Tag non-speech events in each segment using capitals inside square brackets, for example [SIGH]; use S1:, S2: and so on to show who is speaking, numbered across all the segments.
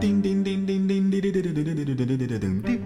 S1: 叮叮叮叮叮叮叮叮叮叮叮叮叮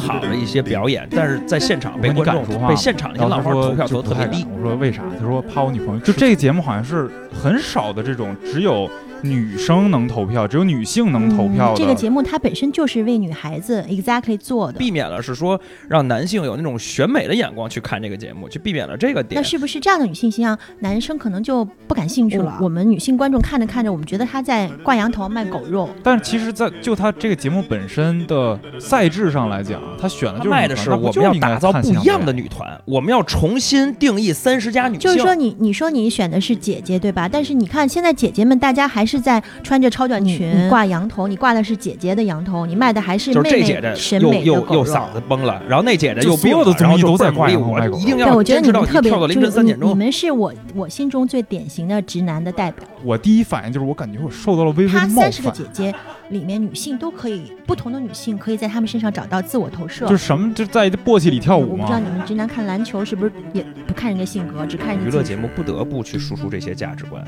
S2: 很好的一些表演，但是在现场被
S3: 我
S2: 观众
S3: 说你敢说话吗
S2: 被现场那些
S3: 老
S2: 浪
S3: 师
S2: 花
S3: 说
S2: 投票投
S3: 就
S2: 得特别
S3: 不太
S2: 低
S3: 敢。，我说为啥？他说怕我女朋友。就这个节目好像是很少的这种，只有女生能投票，只有女性能
S2: 嗯
S3: 投票的。
S4: 嗯这个节目它本身就是为女孩子 exactly 做的。
S2: 避免了是说让男性有那种选美的眼光去看这个节目，去避免了这个
S4: 那
S2: 点。
S4: 是不是这样的女性形象，男生可能就不感兴趣了？
S3: 我
S4: 我们女性观众看着看着，我们觉得他在挂羊头卖狗肉。
S3: 但其实在，就他这个节目本身的赛制上来讲，他选
S2: 他
S3: 的就是
S2: 卖的
S3: 女
S2: 是
S3: 团那
S2: 我
S3: 就
S2: 们要
S3: 应该
S2: 打造
S3: 看
S2: 不
S3: 相
S2: 一样
S3: 对
S2: 的女团，我们要重新定义三十加女性。
S4: 就是说你，你说你选的是姐姐对吧？但是你看现在姐姐们，大家还是在穿着超短裙，你挂羊头，你挂的是姐姐的羊头，你卖的还是
S2: 就是这
S4: 妹
S2: 姐
S4: 妹
S2: 姐
S4: 审
S2: 又
S4: 美的
S2: 又
S4: 狗
S2: 又
S4: 肉。
S2: 嗓子崩了，然后那姐姐
S3: 就
S2: 又
S3: 所
S2: 病
S3: 有
S2: 了，
S3: 的综
S2: 然后
S3: 艺
S2: 就
S3: 都在
S2: 不鼓
S3: 挂
S2: 励
S3: 羊头
S2: 我
S3: 卖狗
S2: 一定
S3: 肉
S4: 对，
S2: 要
S4: 我觉得
S2: 坚
S4: 你
S2: 持到
S4: 们
S2: 底
S4: 特别，
S2: 跳到
S4: 就
S2: 凌
S4: 是
S2: 晨三
S4: 你
S2: 点钟
S4: 你。们是我我心中最典型的直男的代表。
S3: 我第一反应就是我感觉我受到了微微的
S4: 她
S3: 冒
S4: 三十个
S3: 犯，
S4: 姐姐里面，女性都可以，不同的女性可以在她们身上找到自我投射。嗯
S3: 就是什么就在簸箕里跳舞
S4: 我不知道
S3: 嘛。
S4: 你们直男看篮球是不是也不看人家性格，只看人家
S2: 娱乐
S4: 技
S2: 节目不得不去输出这些价值观。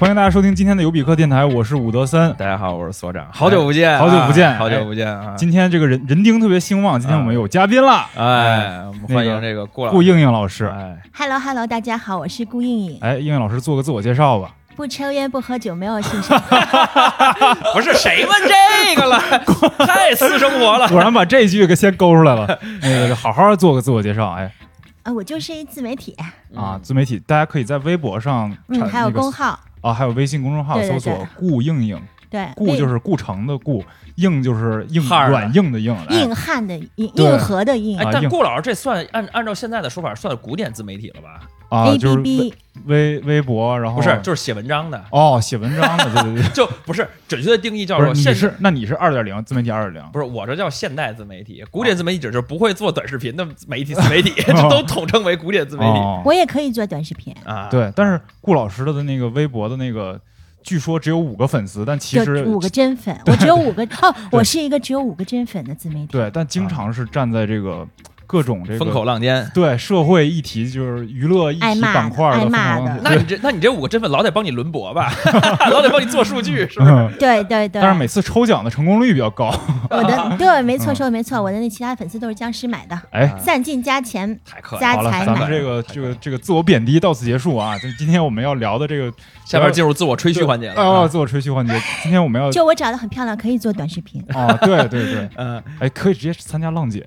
S3: 欢迎大家收听今天的有比克电台，我是伍德森。
S2: 大家好，我是所长，好久不见啊，
S3: 好久不见
S2: 好久不见啊！
S3: 今天这个人人丁特别兴旺，今天我们有嘉宾了，
S2: 哎，我们欢迎这个顾老
S3: 顾应应老师。
S2: 哎，
S4: 术。Hello Hello，大家好，我是顾应颖，
S3: 哎，应应老师做个自我介
S2: [LAUGHS]
S3: 绍吧。
S4: 不抽烟不喝酒，没有性
S3: [LAUGHS]
S4: 生活。
S2: 不是谁问这个了，太私生活了。
S3: 果然把这一句给先勾出
S2: [LAUGHS]
S3: 来了，那个好好做个自我介绍。哎
S4: 啊，我就是一自媒体，
S2: 嗯
S3: 啊，自媒体大家可以在微博上
S4: 嗯，
S3: 产
S4: 还有
S3: 那个
S4: 公号，
S3: 啊，还有微信公众号
S4: 对对
S3: 搜
S4: 对
S3: 索“顾应应”，
S4: 对，
S3: 顾就是是顾城的顾，应就是硬
S2: 汉儿的
S3: 软硬的硬，哎
S4: 硬汉的硬，
S3: 对
S4: 硬核的硬
S2: 哎
S3: 啊，
S2: 但
S3: 硬
S2: 顾老师这算按按照现在的说法，算古典自媒体了吧？
S3: 啊，
S4: ，A
S3: 就是
S4: B
S3: 微
S4: B，
S3: 微微博，然后
S2: 不是，就是写文章的，
S3: 哦，写文章的，对对对，
S2: 就不是准确的定 [LAUGHS] 义叫
S3: 不是
S2: 做
S3: 你
S2: 现
S3: 是那你是二点零自媒体二点零，
S2: 不是我这叫现代自媒体，
S3: 哦
S2: 古典自媒体指就是不会做短视频的媒
S3: [LAUGHS]
S2: 体自媒体，这都统称为古典自媒体
S3: 哦
S4: 我也可以做短视频，
S2: 啊。
S3: 对，但是顾老师的那个微博的那个，据说只有五个粉丝，但其
S4: 就
S3: 实
S4: 五个真
S3: [LAUGHS]
S4: 粉，我只有五个哦，我是一个只有五个真粉的自媒体。
S3: 对，但经常是站在这个各种这
S2: 啊风口
S3: 个
S2: 浪尖，
S3: 对社会议题，就是娱乐议
S4: 挨
S3: 题
S4: 骂
S3: 板
S4: 的，
S3: 块
S4: 挨
S3: 风口
S4: 骂
S3: 浪尖
S4: 的，
S2: 那你这那你这五个身份老得帮你轮驳吧， [LAUGHS] 老得帮你做数据，是不是？
S3: 嗯
S4: 对对对。
S3: 但是每次抽奖的成功率比较高。
S4: 我的对，没错，
S3: 嗯
S4: 说的没错，我的那其他粉丝都是僵尸买的，
S2: 啊
S3: 哎，
S4: 散尽家钱
S2: 太客气了。
S4: 加
S3: 好了，
S4: 财
S3: 咱
S4: 买
S3: 们这个这个这个自我贬低到此结束啊！就是今天我们要聊的这个
S2: 下边进入自我吹嘘环节了。
S3: 哦，
S2: [LAUGHS] 啊
S3: 自我吹嘘环节，今天我们要
S4: 就我长得很漂亮，可以做短视频。
S3: 啊，对对对，
S2: 嗯
S3: 哎，可以直接参加浪姐，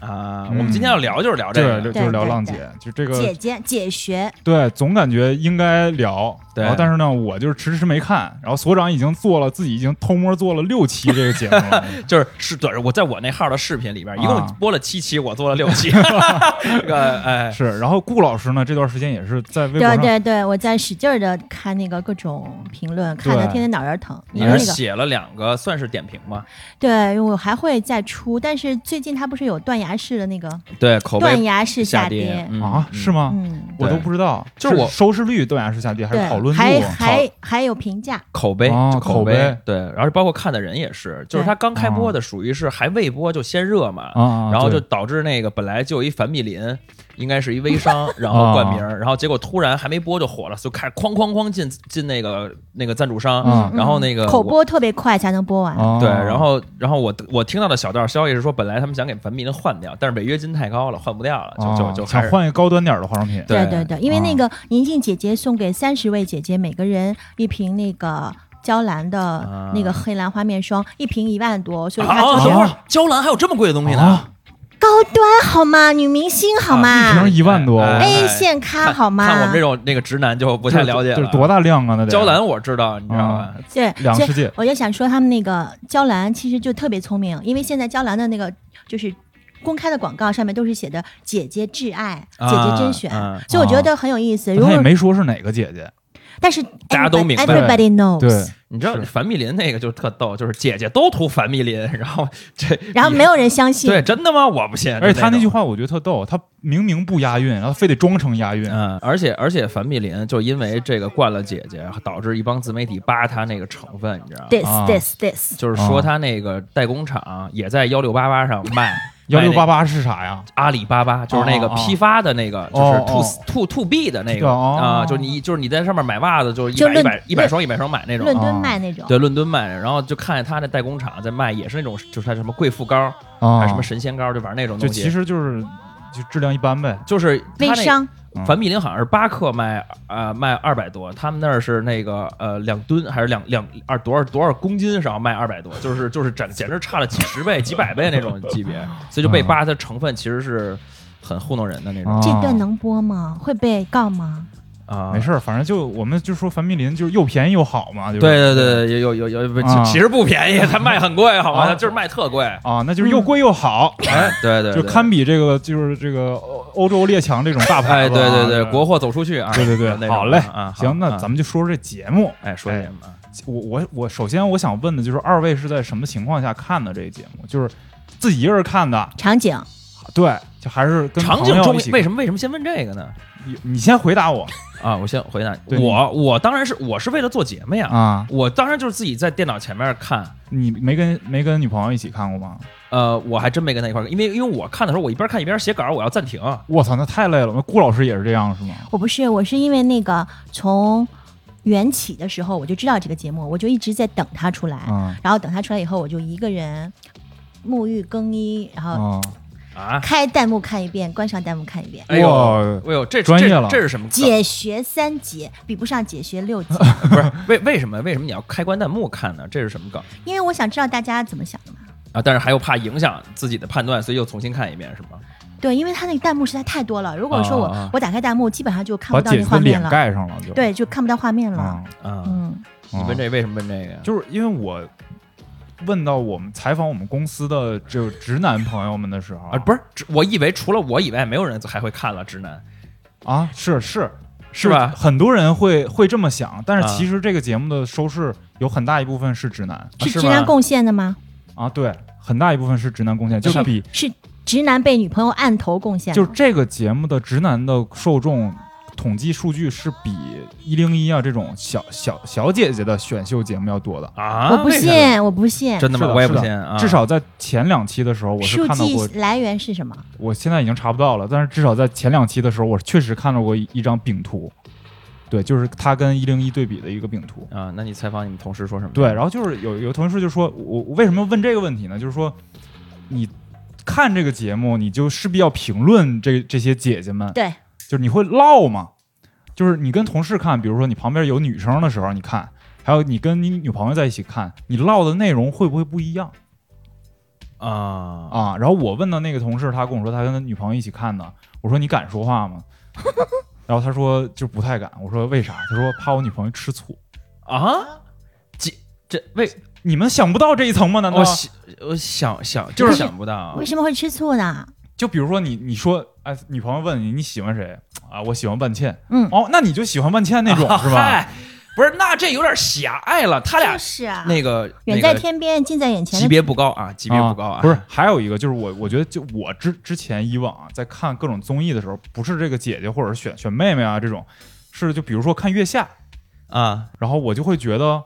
S2: 啊，
S3: 嗯
S2: 我们今天要聊就是聊这
S3: 对，
S2: 个啊
S3: 就，是聊
S4: 对
S3: 浪
S4: 对
S3: 姐，就这个
S4: 姐姐姐学，
S3: 对，总感觉应该聊，
S2: 对
S3: 然后但是呢，我就是迟迟没看。然后所长已经做了，自己已经偷摸做了六期这个节目了，
S2: 就是是短，我在我那号的视频里边，一共
S3: 啊
S2: 播了七期，我做了六期。 [LAUGHS] 这个哎，
S3: 是。然后顾老师呢，这段时间也是在微博
S4: 对
S3: 上，
S4: 对对，我在使劲儿的看那个各种评论，看的
S3: 对
S4: 天天脑仁儿疼。
S2: 你
S4: 因为
S2: 是
S4: 那个
S2: 写了两个算是点评吗？
S4: 对我还会再出，但是最近它不是有断崖式的那个
S2: 对，口
S4: 断
S2: 碑
S4: 崖式
S2: 下
S4: 跌，
S3: 啊，是？吗？
S4: 嗯，
S3: 我
S2: 嗯对
S3: 都不知道，
S2: 就是我
S3: 收视率断崖式下啊跌，还
S4: 对
S3: 是讨论，度
S4: 还
S3: 讨
S4: 还还有评价，
S2: 口碑
S3: 哦，口
S2: 碑
S3: 碑
S2: 对，而且包括看的人也是，就是
S4: 对
S2: 他刚开播的，属于是还未播就先热嘛，
S3: 啊啊，
S2: 然后就
S3: 对
S2: 导致那个本来就有一樊密林，应该是一微商，然后
S3: 哦
S2: 冠名儿，然后结果突然还没播就火了，就开始哐哐哐进进那个那个赞助商，
S3: 啊
S4: 嗯
S2: 然后那个
S4: 口
S2: 我。
S4: 播特别快才能播完，
S3: 啊
S2: 对，然后，然后我我听到的小道消息是说，本来他们想给樊密林换掉，但是违约金太高了，换不掉了，就就
S3: 啊
S2: 就开
S3: 想
S2: 始
S3: 换一个高端点儿的化妆品，
S4: 对
S2: 对啊
S4: 对对，因为那个宁静姐姐送给三十位姐姐，每个人一瓶那个娇兰的那个黑兰花面霜，一瓶一万多，所以它
S2: 啊！
S4: 就是
S2: 等会儿
S3: 啊
S2: 娇兰还有这么贵的东西呢？
S3: 啊，
S4: 高端好吗？女明星好
S3: 一瓶
S4: 吗
S3: 一万多，
S2: 啊哎
S4: ？A 线咖好吗？
S2: 看我们这种那个直男就不
S3: 不
S2: 太了解
S3: 这
S2: 了。
S3: 是多大量啊？那得
S2: 娇兰我知道，你知道吧
S3: 啊？
S4: 对，
S3: 两
S4: 所以
S3: 世界
S4: 我就想说，他们那个娇兰其实就特别聪明，因为现在娇兰的那个就是。公开的广告上面都是写的“姐姐挚爱”“
S3: 哦
S4: 姐姐甄选”，
S2: 啊啊
S4: 所以我觉得很有意思。如
S3: 他
S4: 果
S3: 也没说是哪个姐姐，
S4: 但是哎
S2: 大家都明白
S4: everybody
S3: 对
S4: knows，，
S2: 你知道
S3: 是
S2: 樊密林那个就特逗，就是姐姐都涂樊密林，然后这
S4: 然后没有人相信，
S2: 对真的吗？我不信。
S3: 而且他那句
S2: 就种
S3: 话我觉得特逗，他明明不押韵，然后非得装成押韵。
S2: 嗯，而且而且樊密林就因为这个惯了姐姐，导致一帮自媒体扒他那个成分，你知道吗？
S4: this
S3: 啊
S4: this this，
S2: 就是说他那个代工厂也在幺六八八上卖，
S3: 嗯幺
S2: 卖
S3: 六
S2: 那
S3: 八
S2: 个
S3: 八是啥呀？
S2: 阿里巴巴就是那个
S3: 哦哦
S2: 批发的那个，
S3: 哦
S2: 就是 to to to B 的那个
S3: 哦
S2: 啊，就是你就是你在上面买袜子，就是一
S4: 就
S2: 百一
S4: 论
S2: 百一百双一百双买那
S4: 论
S2: 种，
S4: 吨
S3: 啊
S4: 卖那种，
S2: 对，论吨卖。然后就看见他那代工厂在卖，也是那种就是他什么贵妇膏，还
S3: 啊
S2: 是什么神仙膏，就玩那种
S3: 就
S2: 东西。
S3: 其实就是就质量一般呗。
S2: 就是他
S4: 微
S2: 那
S4: 商
S3: 嗯
S2: 凡碧林好像是八克卖呃卖二百多，他们那儿是那个呃两吨还是两两二多少多少公斤，然后卖二百多，就是就是简简直差了几十倍几百倍那种级别，所以就
S3: 嗯
S2: 被扒它成分其实是很糊弄人的那种
S3: 啊
S4: 这段能播吗？会被告吗？
S2: 啊。
S3: 嗯没事儿，反正就我们就说凡碧林就是又便宜又好嘛，就是
S2: 对对对对，有有有有不，
S3: 啊
S2: 其其实不便宜，它卖很贵，好吗？
S3: 啊
S2: 它就是卖特贵。
S3: 啊，那就是又贵又好，
S2: 哎，嗯对对，
S3: 就
S2: 对
S3: 堪比这个就是这个欧欧洲列强这种大牌
S2: 哎，
S3: 子
S2: 对
S3: 啊。
S2: 对对，
S3: 这
S2: 国货走出去啊！
S3: 对对对
S2: 那种
S3: 好嘞
S2: 啊，
S3: 行，那咱
S2: 们
S3: 们就说说这节目。
S2: 哎说
S3: 哎
S2: 什么？
S3: 我我我，首先我想问的就是，二位是在什么情况下看的这个节目？就是自己一个人看的，
S4: 场景
S3: 对，就还是跟
S2: 场
S3: 朋
S2: 景
S3: 友
S2: 中
S3: 一起
S2: 为什么为什么先问这个呢？
S3: 你你先回答我
S2: 啊，我先回答你
S3: 对
S2: 我，我当然是我是为了做节目呀，
S3: 啊！
S2: 我当然就是自己在电脑前面看。
S3: 你没跟没跟女朋友一起看过吗？
S2: 呃，我还真没跟他一块儿看，因为因为我看的时候，我一边看一边写稿，我要暂停。
S3: 我操，那太累了。那顾老师也是这样是吗？
S4: 我不是，我是因为那个从缘起的时候我就知道这个节目，我就一直在等它出来，
S3: 啊
S4: 然后等它出来以后，我就一个人沐浴更衣，然后
S3: 啊！
S2: 啊，
S4: 开弹幕看一遍，关上弹幕看一
S3: [LAUGHS]
S4: 遍。
S2: 哎呦，
S3: 哇
S2: 哎呦，这
S3: 专业了
S2: 这，这是什么梗？
S4: 解学三节比不上解学
S3: [LAUGHS]
S4: 六节，
S2: 不是为为什么为什么你要开关弹幕看呢？这是什么梗
S4: 因为我想知道大家怎么想的嘛。
S2: 啊？但是还又怕影响自己的判断，所以又重新看一遍是吗？
S4: 对，因为它那个弹幕实在太多了，如果说我、
S2: 啊啊啊
S4: 我打开弹幕，基本上就看
S3: 把
S4: 不到
S3: 姐
S4: 那
S3: 姐
S4: 画
S3: 的
S4: 面
S3: 脸
S4: 了，
S3: 盖上了就
S4: 对，就看不到画面了。
S3: 啊，
S2: 啊，
S4: 嗯，
S2: 你问这为什么问这个呀？
S3: 哦就是因为我问到我们采访我们公司的就直男朋友们的时候
S2: 啊，不是，只我以为除了我以外，没有人还会看了直男，
S3: 啊，是是
S2: 是吧？
S3: 很多人会会这么想，但
S2: 啊
S3: 是其实这个节目的收视有很大一部分是直男
S4: 是
S2: 是
S4: 直男
S2: 吗
S4: 贡献的吗？
S3: 啊，对，很大一部分是直男贡献，就是比
S4: 是直男被女朋友按头贡献的，
S3: 就是这个节目的直男的受众。统计数据是比一零一啊这种小小小姐姐的选秀节目要多的，
S2: 啊，
S4: 我不
S2: 为什么，
S4: 信，我不信。
S2: 真的
S3: 是
S2: 吗？
S3: 的
S2: 我也
S3: 是
S2: 不
S3: 的
S2: 信啊，
S3: 至少在前两期的时候，我是
S4: 数
S3: 看到
S4: 据
S3: 过啊
S4: 来源是什么？
S3: 我现在已经查不到了，但是至少在前两期的时候，我确实看到过一一张饼图，对，就是他跟一零一对比的一个饼图。
S2: 啊，那你采访你们同事说什么？
S3: 对，然后就是有有同事就说，我我为什么问这个问题呢？就是说，你看这个节目，你就势必要评论这这些姐姐们，
S4: 对，
S3: 就是你会唠嘛，就是你跟同事看，比如说你旁边有女生的时候，你看，还有你跟你女朋友在一起看，你唠的内容会不会不一样？
S2: 啊
S3: 啊，然后我问到那个同事，他跟我说他跟他女朋友一起看的，我说你敢说话吗？ [LAUGHS] 然后他说就不太敢，我说为啥？他说怕我女朋友吃醋。
S2: 啊，这这为
S3: 你们想不到这一层吗？难道
S2: 我想我想想
S4: 就是
S2: 想不
S3: 啊
S2: 到
S4: 为什么会吃醋呢？
S3: 就比如说你你说哎，女朋友问你你喜欢谁啊？我喜欢万茜。
S4: 嗯
S3: 哦，那你就喜欢万茜那种、
S2: 啊
S3: 是
S2: [LAUGHS]
S3: 吧？
S2: 嗨不是，那这有点狭隘了。他俩
S4: 就是啊，
S2: 那个
S4: 远
S2: 那
S4: 在
S2: 个
S4: 天边，近在眼前
S2: 级
S4: 的。
S2: 别不高啊，级别不高啊，
S3: 不是，还有一个就是我，我觉得就我之之前以往啊，在看各种综艺的时候，不是这个姐姐或者是选选妹妹啊这种，是就比如说看月下，
S2: 啊？
S3: 然后我就会觉得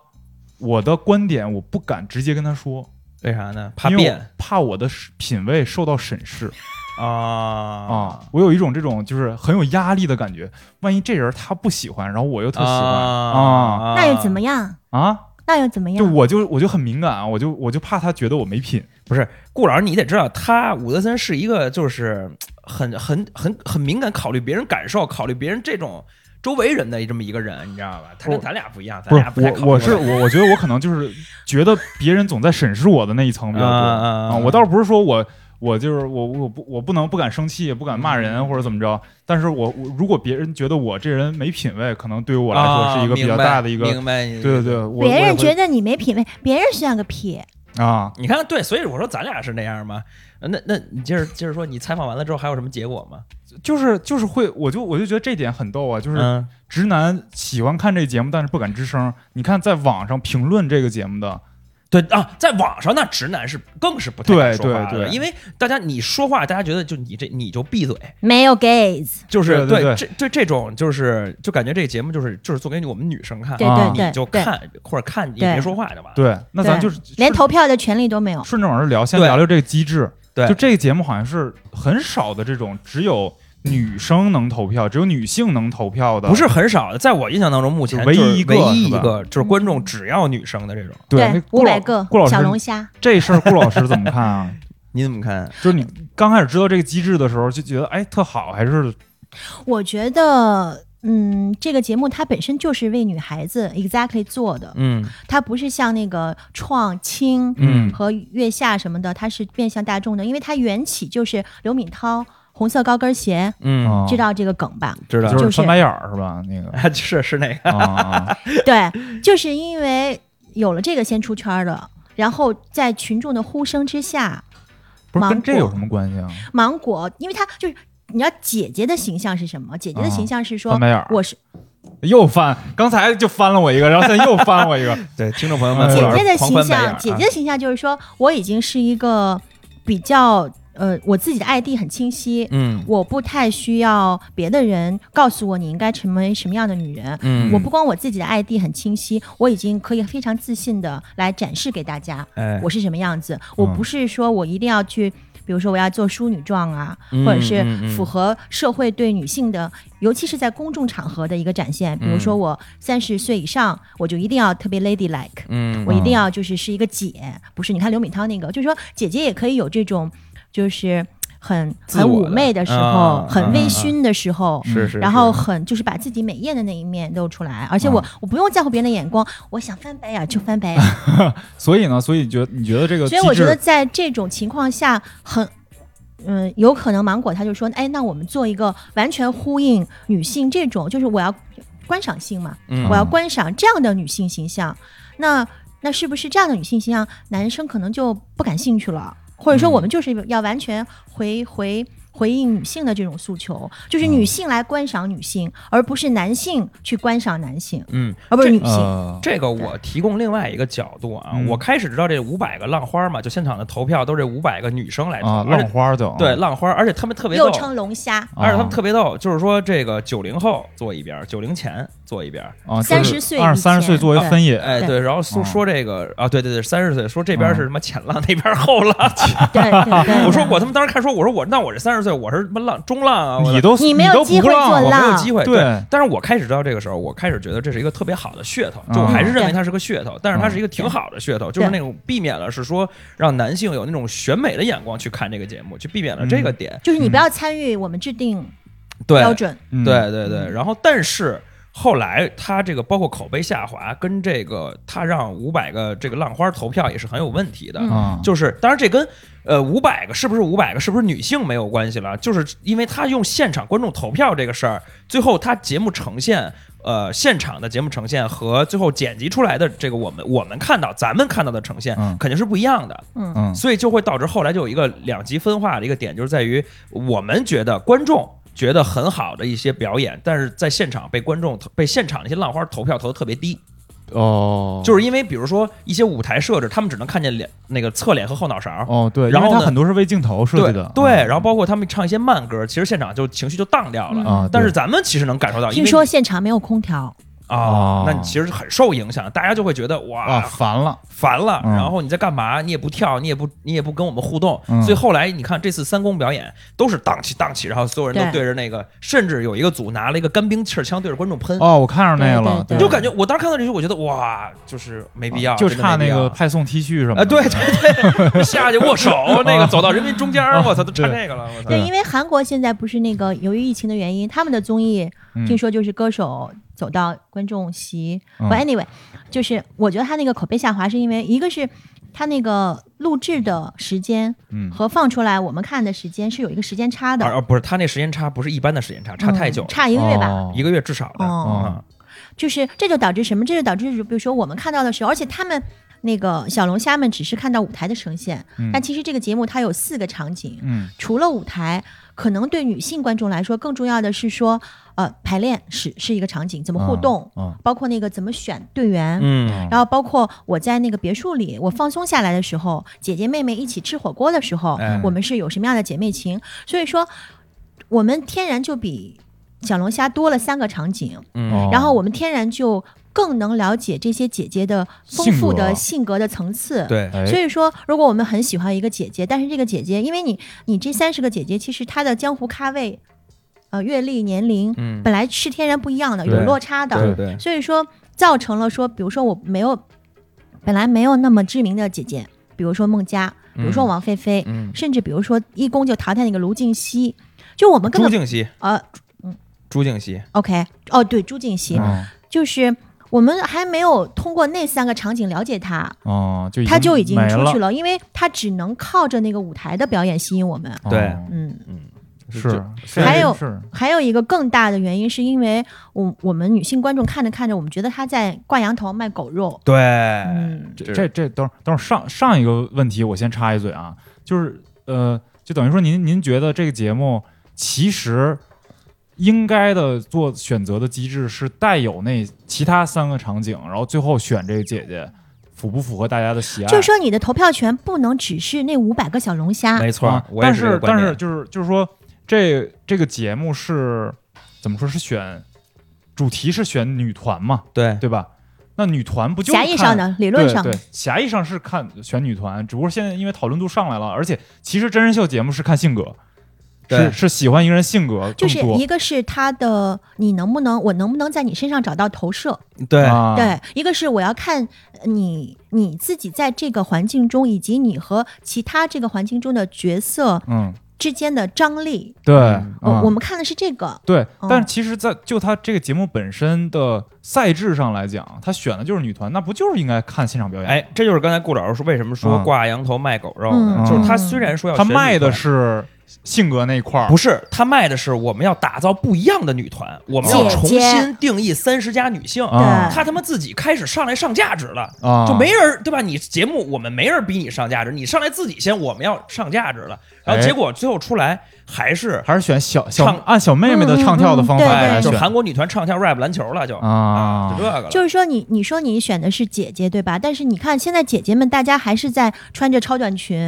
S3: 我的观点我不敢直接跟她说，
S2: 为啥呢？怕
S3: 因为我
S2: 变
S3: 怕我的品味受到审视
S2: 啊
S3: 啊！我有一种这种就是很有压力的感觉，万一这人他不喜欢，然后我又特喜欢啊
S4: 那又怎么样？
S3: 啊！
S4: 那又怎么
S3: 就
S4: 样？
S3: 我就我就很敏感啊，我就我就怕他觉得我没品
S2: 不是顾老师？你得知道，他伍德森是一个就是很很很很敏感，考虑别人感受，考虑别人这种周围人的这么一个人，你知道吧？他跟
S3: 不
S2: 咱俩不一样，咱
S3: 不是
S2: 俩太考虑
S3: 我我是
S2: 这个
S3: 我我觉得我可能就是觉得别人总在审视我的那一层比较多
S2: 啊啊啊
S3: 啊，我倒是不是说我。我就是我，我不我不能不敢生气，也不敢骂
S2: 嗯
S3: 人或者怎么着。但是我我如果别人觉得我这人没品位，可能对于我来说是一个比较大的一个
S2: 啊。明白？明白你的意
S3: 对
S2: 思
S3: 对对，我
S4: 别
S3: 我也
S4: 人
S3: 会
S4: 觉得你没品味，别人像个屁。
S3: 啊，
S2: 你看，对，所以我说咱俩是那样嘛。呃那那你接着接着说，你采访完了之后还有什么结果吗？
S3: 就是就是会，我就我就觉得这点很逗啊，就是
S2: 嗯
S3: 直男喜欢看这节目，但是不敢吱声。你看，在网上评论这个节目的，
S2: 对啊，在网上那直男是更是不太敢
S3: 对
S2: 说话的，
S3: 对对
S2: 因为大家你说话，大家觉得就你这你就闭嘴，
S4: 没有 gays，
S2: 就是
S3: 对对对
S2: 这对这种就是就感觉这个节目就是就是做给你我们女生看，
S4: 对
S3: 啊
S4: 对
S2: 你
S4: 对
S2: 就
S4: 对，
S2: 看或者看也别说话就完了。
S3: 对，那咱就是
S4: 连
S3: 顺
S4: 投票的权利都没有。
S3: 顺着往这聊，先
S2: 对
S3: 聊聊这个机制
S2: 对
S3: 就这个节目好像是很少的这种只有女生能投票，只有女性能投票的，
S2: 不是很少的，在我印象当中，目前
S3: 就唯
S2: 就是
S3: 一一个嗯
S2: 唯一一
S3: 是吧
S2: 个就是观众只要女生的这种，
S3: 对
S4: 五百个
S3: 顾老师
S4: 小龙虾，
S3: 这事儿顾老师怎么看啊？
S4: [LAUGHS]
S2: 你怎么看？
S3: 就是你刚开始知道这个机制的时候，就觉得哎特好，还是
S4: 我觉得。嗯，这个节目它本身就是为女孩子 exactly 做的，
S2: 嗯
S4: 它不是像那个创青
S3: 嗯
S4: 和月下什么的，它是面向大众的，因为它缘起就是刘敏涛红色高跟鞋，
S2: 嗯，
S3: 哦
S4: 知道这个梗吧？
S2: 知道，
S3: 就
S4: 就是是
S3: 翻白眼儿是吧？那
S4: [LAUGHS]
S3: 个
S2: [LAUGHS] 是是那个，
S3: 啊，啊
S4: 对，就是因为有了这个先出圈儿的，然后在群众的呼声之下，
S3: 不是
S4: 芒
S3: 跟这有
S4: 果
S3: 什么关系啊？
S4: 芒果，因为它就是你知道姐姐的形象是什么？姐
S2: 哦
S4: 姐的形象是说
S3: 翻白眼儿，
S4: 我是
S3: 又翻，刚才就翻了我一个，然后现在又翻我一
S4: [LAUGHS]
S3: 个，
S2: 对，听众朋友们，
S3: 姐
S4: 姐
S3: 姐
S4: 姐的
S2: 呃狂
S4: 形
S2: 翻白眼
S4: 象，
S2: 儿啊
S4: 姐姐的形象就是说我已经是一个比较呃，我自己的 ID 很清晰。
S2: 嗯
S4: 我不太需要别的人告诉我你应该成为什么样的女人，
S2: 嗯，
S4: 我不光我自己的 ID 很清晰，我已经可以非常自信的来展示给大家
S2: 哎
S4: 我是什么样子。我不是说我一定要去，比如说我要做淑女状啊，
S2: 嗯
S4: 或者是
S2: 嗯嗯
S4: 符合社会对女性的，尤其是在公众场合的一个展现。比如
S2: 嗯
S4: 说我三十岁以上，我就一定要特别 lady like，
S2: 嗯
S4: 我一定要就是是一个姐，不是？你看刘敏涛那个，就是说姐姐也可以有这种，就是很
S2: 自
S4: 很
S2: 我的
S4: 妩媚的时
S2: 啊
S4: 候，很
S2: 啊啊
S4: 微醺的时候，
S2: 是是，
S4: 然后
S2: 是啊
S4: 很就是把自己美艳的那一面露出来，而且我、我不用在乎别人的眼光，我想翻白眼儿就翻
S2: [LAUGHS]
S4: 白眼儿，
S3: 所以呢，所以觉你觉得这个机
S4: 所以
S3: 制，
S4: 我觉得在这种情况下很。嗯，有可能芒果他就说，哎，那我们做一个完全呼应女性这种，就是我要观赏性嘛，
S2: 嗯
S4: 我要观赏这样的女性形象。那那是不是这样的女性形象，男生可能就不感兴趣了？或
S2: 嗯
S4: 者说，我们就是要完全回回回应女性的这种诉求，
S2: 嗯
S4: 就是女性来观赏女性，而不是男性去观赏男性，
S2: 嗯，
S4: 而不是
S2: 这
S4: 女性。
S3: 呃，
S2: 这个我提供另外一个角度啊
S3: 嗯，
S2: 我开始知道这五百个浪花嘛，就现场的投票都是这五百个女生来投，
S3: 啊，
S2: 而且
S3: 浪花就
S2: 对浪花，而且他们特别
S4: 又
S2: 逗，
S4: 称龙虾，
S2: 而且他们特别逗，就是说这个九零后坐一边儿，九零前坐一边儿，
S3: 啊，
S4: 30岁
S3: 二
S4: 以
S3: 三十岁
S4: 前
S3: 作为
S4: 对
S3: 分野，
S2: 哎
S4: 对
S2: 对，然后说
S3: 嗯
S2: 说这个啊，对对对，三十岁说这边
S3: 嗯
S2: 是什么前浪， [LAUGHS] 那边后浪，
S4: 对对
S2: [LAUGHS]
S4: 对。
S2: 我说我他妈当时看说，我说我那我这三十岁我是什么浪中浪啊，我
S3: 你都
S4: 你没有
S3: 都
S4: 机
S3: 不
S4: 会
S3: 浪
S4: 做
S3: 了
S2: 我没有
S4: 浪
S2: 机会
S3: 对
S2: 但是我开始知道这个时候，我开始觉得这是一个特别好的噱头，就我
S3: 嗯
S2: 还是认为
S4: 对
S2: 它是个噱头，但是它是一个挺好的噱头，就是那种避免了是说让男性有那种选美的眼光去看这个节目，去避免了这个点。
S4: 就是你不要参与我们制定
S2: 嗯对
S4: 标准，
S3: 嗯
S2: 对对对，然后但是。后来，他这个包括口碑下滑，跟这个他让五百个这个浪花投票也是很有问题的。
S4: 嗯
S3: 啊，
S2: 就是当然这跟呃五百个是不是五百个是不是女性没有关系了，就是因为他用现场观众投票这个事儿，最后他节目呈现。呃，现场的节目呈现和最后剪辑出来的这个我们我们看到咱们看到的呈现
S3: 嗯
S2: 肯定是不一样的，
S3: 嗯
S2: 所以就会导致后来就有一个两极分化的一个点，就是在于我们觉得观众觉得很好的一些表演，但是在现场被观众投被现场那些浪花投票投的特别低，
S3: 哦，
S2: 就是因为比如说一些舞台设置，他们只能看见脸那个侧脸和后脑勺，
S3: 哦对，
S2: 然
S3: 因为
S2: 后
S3: 它
S2: 呢
S3: 很多是为镜头设计的，
S2: 对，对
S3: 嗯
S2: 然后包括他们唱一些慢歌，其实现场就情绪就荡掉了。
S4: 嗯
S3: 啊，
S2: 但是
S3: 对
S2: 咱们其实能感受到，因
S4: 听
S2: 为
S4: 说现场没有空调，
S2: 啊、
S3: 哦
S2: 那你其实很受影响，大家就会觉得哇、
S3: 啊烦了，
S2: 烦了，
S3: 嗯
S2: 然后你在干嘛？你也不跳，你也不你也不跟我们互动，
S3: 嗯
S2: 所以后来你看这次三公表演都是荡起荡起，然后所有人都
S4: 对
S2: 对着那个，甚至有一个组拿了一个干冰气儿枪对着观众喷，
S3: 哦，我看上那个
S4: 对对
S3: 了，
S4: 对
S3: 对哦
S2: 就感觉我当时看到这些，我觉得哇，就是没必要，
S3: 就
S2: 真的
S3: 差
S2: 没必
S3: 那
S2: 要
S3: 个派送 T 恤什么的，
S2: 啊， [LAUGHS]
S3: 哦
S2: 对对
S3: [LAUGHS]
S2: 对，下去握手，那个走到人民中间儿，我操，都差
S3: 对
S2: 这个了，我操
S3: 对
S4: 对，因为韩国现在不是那个由于疫情的原因，他们的综艺
S3: 嗯
S4: 听说就是歌手走到观众席。
S3: 嗯
S4: But anyway，就是我觉得他那个口碑下滑，是因为一个是他那个录制的时间
S3: 嗯
S4: 和放出来我们看的时间是有一个时间差的，
S2: 啊，不是，他那时间差不是一般的时间差，差太久
S4: 嗯
S2: 了，
S4: 差一个月吧。
S3: 哦
S2: 一个月至少的。
S4: 哦
S2: 嗯
S4: 就是这就导致什么？这就导致比如说我们看到的时候，而且他们。那个小龙虾们只是看到舞台的呈现，
S3: 嗯
S4: 但其实这个节目它有四个场景，
S3: 嗯
S4: 除了舞台，可能对女性观众来说，更重要的是说，呃，排练是是一个场景，怎么互动，
S3: 嗯
S4: 包括那个怎么选队员。
S2: 嗯
S4: 然后包括我在那个别墅里，我放松下来的时候，姐姐妹妹一起吃火锅的时候，
S2: 哎
S4: 我们是有什么样的姐妹情？所以说，我们天然就比小龙虾多了三个场景，
S2: 嗯
S3: 哦
S4: 然后我们天然就更能了解这些姐姐的丰富的性格的层次。
S2: 对，
S3: 哎
S4: 所以说，如果我们很喜欢一个姐姐，但是这个姐姐，因为你你这三十个姐姐，其实她的江湖咖位、呃阅历、年龄，
S2: 嗯，
S4: 本来是天然不一样的，
S2: 对
S4: 有落差的。
S2: 对嗯对
S4: 所以说造成了说，比如说我没有本来没有那么知名的姐姐，比如说孟佳，比如说
S2: 嗯
S4: 王菲菲，
S2: 嗯，
S4: 甚至比如说一公就淘汰那个卢靖熙，就我们根
S2: 朱
S4: 本
S2: 静熙，
S4: 呃
S2: 朱静熙，
S4: OK 哦对朱静熙，
S3: 嗯
S4: 就是我们还没有通过那三个场景了解她，
S3: 哦，就
S4: 她就已经
S3: 没
S4: 出去
S3: 了，
S4: 了，因为她只能靠着那个舞台的表演吸引我们，
S3: 哦
S2: 对
S4: 嗯。
S2: 嗯，
S3: 是
S2: 就，
S3: 是
S4: 还有
S3: 是
S4: 还有一个更大的原因，是因为我我们女性观众看着看着，我们觉得她在挂羊头卖狗肉。
S2: 对，
S4: 嗯，
S2: 这
S3: 这这等会儿等会儿上上一个问题，我先插一嘴啊，就是呃，就等于说您您觉得这个节目其实应该的做选择的机制是带有那其他三个场景，然后最后选这个姐姐符不符合大家的喜爱？
S4: 就是说你的投票权不能只是那五百个小龙虾。
S2: 没错
S3: 啊，
S2: 我也
S3: 但
S2: 这
S3: 是
S2: 个观
S3: 但
S2: 点
S3: 是就是就是说这这个节目是怎么说是选主题是选女团嘛，
S2: 对
S3: 对吧？那女团不就
S4: 狭义
S3: 看
S4: 上的，理论上
S3: 对
S4: 的
S3: 对，，狭义上是看选女团，只不过现在因为讨论度上来了，而且其实真人秀节目是看性格，
S2: 对
S3: 是是喜欢一个人性格
S4: 就
S3: 更
S4: 是
S3: 多
S4: 一个是他的，你能不能，我能不能在你身上找到投射？
S2: 对
S3: 啊，
S4: 对，一个是我要看你你自己在这个环境中，以及你和其他这个环境中的角色
S3: 嗯，
S4: 之间的张力。
S3: 对，
S2: 嗯
S4: 我
S3: 嗯
S4: 我们看的是这个，
S3: 对，
S4: 嗯
S3: 但是其实在，就他这个节目本身的赛制上来讲，他选的就是女团，那不就是应该看现场表演？，
S2: 哎，这就是刚才顾老师说为什么说
S3: 嗯
S2: 挂羊头卖狗肉呢？
S4: 嗯，
S2: 就是他虽然说要
S3: 他
S2: 选
S3: 卖
S2: 女
S3: 的
S2: 团
S3: 是性格那一块儿，
S2: 不是，他卖的是我们要打造不一样的女团，我们要
S4: 姐
S2: 重
S4: 姐
S2: 新定义三十加女性。
S3: 嗯啊
S2: 他他妈自己开始上来上价值了，
S3: 啊，
S2: 就没人对吧？你节目我们没人逼你上价值，你上来自己先，我们要上价值了。然后
S3: 哎
S2: 结果最后出来还是
S3: 还是选小小
S2: 唱
S3: 按小妹妹的唱跳的方法
S4: 嗯嗯嗯对
S3: 来
S2: 就
S3: 选
S2: 是韩国女团唱跳 rap 篮球了，就
S3: 啊
S2: 就这个了。
S4: 就是说你你说你选的是姐姐对吧？但是你看现在姐姐们，大家还是在穿着超短裙，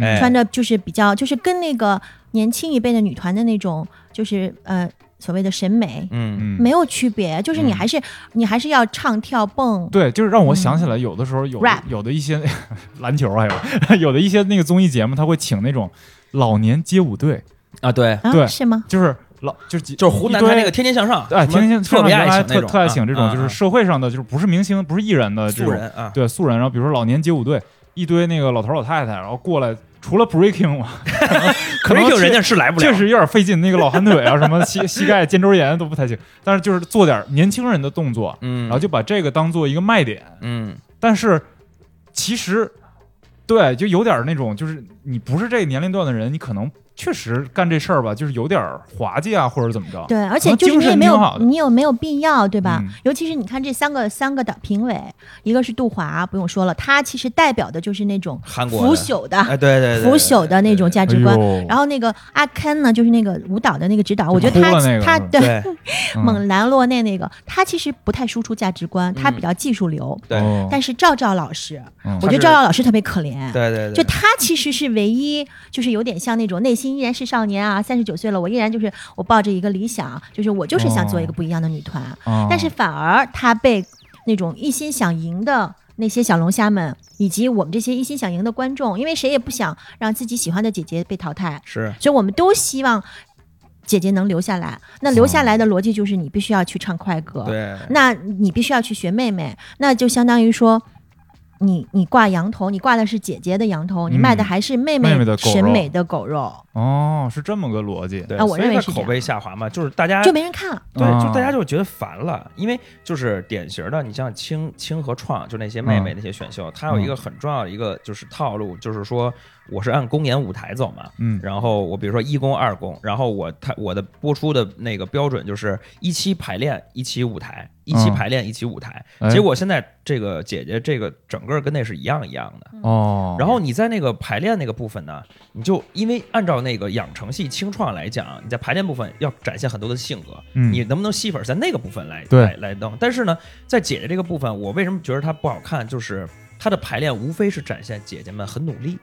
S2: 哎
S4: 穿着就是比较就是跟那个年轻一辈的女团的那种就是呃所谓的审美
S2: 嗯，
S3: 嗯，
S4: 没有区别，就是你还是、你还是要唱跳蹦，
S3: 对，就是让我想起来，有的时候有、
S4: Rap
S3: 有的一些 [LAUGHS] 篮球啊还有 [LAUGHS] 有的一些那个综艺节目，他会请那种老年街舞队，
S2: 啊，对，
S3: 对
S4: 啊、是吗？
S3: 就是老就是几
S2: 就是湖南
S3: 一
S2: 台
S3: 堆
S2: 那个《天天向上》，
S3: 哎，
S2: 什么
S3: 天天
S2: 特别爱请那
S3: 特
S2: 种，
S3: 特爱请这种
S2: 啊
S3: 就
S2: 啊
S3: 是社会上的，就是不是明星不是艺人的这
S2: 素
S3: 种
S2: 人啊，
S3: 对素人，然后比如说老年街舞队，一堆那个老头老太太，然后过来，除了 breaking 嘛，可能
S2: 没有
S3: 确
S2: 人家是来不了，
S3: 确实有点费劲，那个老寒腿啊，什么
S2: [LAUGHS]
S3: 膝膝盖、肩周炎都不太行，但是就是做点年轻人的动作，
S2: 嗯，
S3: 然后就把这个当做一个卖点，
S2: 嗯，
S3: 但是其实对，就有点那种，就是你不是这个年龄段的人，你可能确实干这事儿吧，就是有点滑稽啊，或者怎么着。
S2: 哎
S4: 对，而
S3: 可
S4: 且
S3: 能
S4: 就
S3: 精
S4: 是你也
S3: 神
S4: 没
S3: 挺好
S4: 有，
S3: 的
S4: 你有没有必要，对吧？
S3: 嗯
S4: 尤其是你看这三个三个的评委，一个是杜华，不用说了，他其实代表的就是那种
S2: 韩国
S4: 腐
S2: 的
S4: 朽的、
S2: 哎，对对对，
S4: 啊腐朽的那种价值观。
S3: 哎呦
S4: 然后那个阿肯呢，就是那个舞蹈的那个指导，我觉得他
S3: 哭了那个
S4: 他
S3: 是吧
S2: 对
S4: 对
S2: 对
S3: 嗯
S4: 猛男落内那个，他其实不太输出价值观，他比较技术流。
S2: 对
S3: 哦
S4: 但是赵照老师，
S3: 嗯
S4: 我觉得赵照老师特别可怜。
S2: 对对对，
S4: 就他其实是唯一，就是有点像那种内心依然是少年啊，三十九岁了，我依然就是我抱着一个理想，就是我就是想做一个不一样的女团，
S3: 哦
S4: 但是反而他被那种一心想赢的那些小龙虾们，以及我们这些一心想赢的观众，因为谁也不想让自己喜欢的姐姐被淘汰，
S2: 是
S4: 所以我们都希望姐姐能留下来。
S3: 嗯
S4: 那留下来的逻辑就是你必须要去唱快歌，
S2: 对，
S4: 那你必须要去学妹妹，那就相当于说，你你挂羊头，你挂的是姐姐的羊头，你卖的还是妹
S3: 妹妹的狗肉
S4: 审美的狗肉，
S3: 哦，是这么个逻辑。
S2: 对
S4: 啊我
S2: 所以
S4: 认为
S2: 它
S4: 是这
S2: 口
S4: 样
S2: 碑下滑嘛，就是大
S3: 哎
S2: 家
S4: 就没人看了。
S2: 对，
S3: 啊
S2: 就大家就觉得烦了，因为就是典型的，你像青青和创，就那些妹
S3: 嗯
S2: 妹那些选秀，它有一个很重要的一个就是套路，就是说我是按公演舞台走嘛，
S3: 嗯
S2: 然后我比如说一公二公，然后我它我的播出的那个标准就是一期排练一期舞台，一期
S3: 嗯
S2: 排练一期舞台，
S3: 哎
S2: 结果现在这个姐姐这个整个跟那是一样一样的，
S3: 哦，
S2: 嗯然后你在那个排练那个部分呢，你就因为按照那个养成系清创来讲，你在排练部分要展现很多的性格，
S3: 嗯
S2: 你能不能吸粉在那个部分来
S3: 对
S2: 来来弄？但是呢，在姐姐这个部分，我为什么觉得它不好看？就是它的排练无非是展现姐姐们很努力，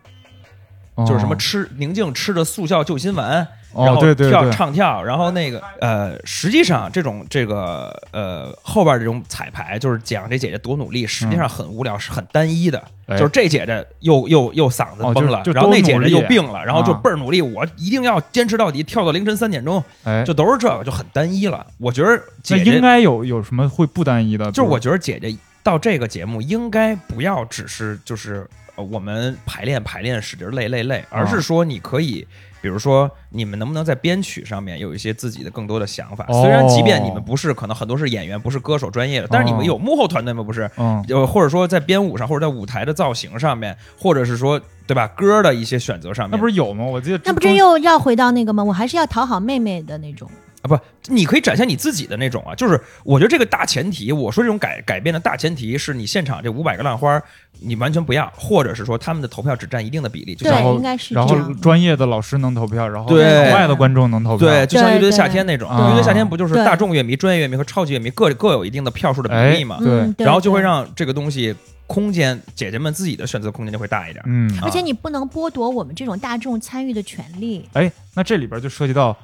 S2: 就是什么吃宁静吃着速效救心丸，然
S3: 哦，
S2: 后
S3: 对对
S2: 跳
S3: 对，
S2: 唱跳，然后那个呃，实际上这种这个呃后边这种彩排就是讲这姐姐多努力，实际上很无聊，是很单一的，
S3: 嗯哎
S2: 就是这姐姐又又又嗓子
S3: 哦
S2: 崩
S3: 就
S2: 了，
S3: 就
S2: 然后
S3: 都
S2: 那姐
S3: 努
S2: 姐
S3: 力
S2: 又病了，然后就
S3: 啊
S2: 倍儿努力，我一定要坚持到底，跳到凌晨三点钟，
S3: 哎，
S2: 就都是这个，就很单一了。我觉得
S3: 那
S2: 姐姐
S3: 应该有有什么会不单一的？
S2: 就是我
S3: 比
S2: 觉得姐姐到这个节目应该不要只是就是呃我们排练排练使劲儿累累累，而是说你可以。比如说，你们能不能在编曲上面有一些自己的更多的想法？
S3: 哦
S2: 虽然即便你们不是，可能很多是演员，不是歌手专业的，但是你们有幕后团队吗？不是？
S3: 如嗯，
S2: 呃，或者说在编舞上，或者在舞台的造型上面，或者是说对吧，歌的一些选择上面，
S3: 那不是有吗？我记得
S4: 那不这又绕回到那个吗？我还是要讨好妹妹的那种。
S2: 啊，不，你可以展现你自己的那种啊，就是我觉得这个大前提，我说这种改改变的大前提是你现场这五百个浪花儿你完全不要，或者是说他们的投票只占一定的比例，就
S4: 对
S2: 像
S3: 然后
S4: 应该是
S3: 然
S4: 这
S3: 后
S4: 样
S3: 专业的老师能投票，然后
S2: 对
S3: 场外的观众能投票，
S2: 对，就像乐队
S4: 对啊
S2: 夏天那种，
S3: 对
S2: 乐队夏天不就是
S4: 对
S2: 大众乐迷、专业乐迷和超级乐迷各各有一定的票数的
S3: 哎
S2: 比例嘛，
S3: 对
S4: 嗯，对
S2: 然后就会
S4: 对
S2: 让这个东西空间姐姐们自己的选择空间就会大一点。
S3: 嗯，
S4: 而且你不能剥夺我们这种大众参与的权利。
S3: 哎，那这里边就涉及到，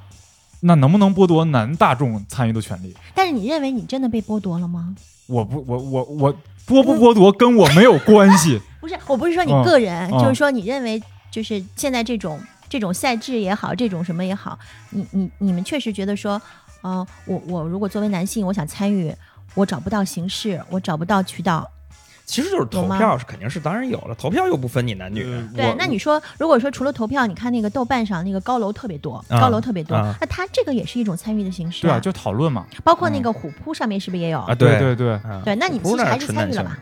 S3: 那能不能剥夺男大众参与的权利？
S4: 但是你认为你真的被剥夺了吗？
S3: 我不，我我我
S2: [LAUGHS]
S3: 剥不剥夺跟我没有关系。
S4: 不是，我不是说你
S3: 嗯
S4: 个人，
S3: 嗯
S4: 就是说你认为就是现在这种这种赛制也好，这种什么也好，你你你们确实觉得说，呃，我我如果作为男性，我想参与，我找不到形式，我找不到渠道。
S2: 其实就是投
S4: 有吗
S2: 票是肯定是当然有了，投票又不分你男女。
S3: 呃
S4: 对
S3: 我，
S4: 那你说，如果说除了投票，你看那个豆瓣上那个高楼特别多，
S2: 啊
S4: 高楼特别多，
S2: 啊
S4: 那它这个也是一种参与的形
S3: 嗯
S4: 式、
S3: 对啊，就嗯讨论嘛。
S4: 包括那个虎扑上面是不是也有？
S2: 啊，
S3: 对
S2: 对
S3: 对对，
S2: 啊
S4: 对，那你
S2: 不
S4: 其
S2: 是
S4: 实
S2: 那
S4: 还
S2: 纯
S4: 是参
S2: 男
S4: 与了
S2: 性
S4: 吧？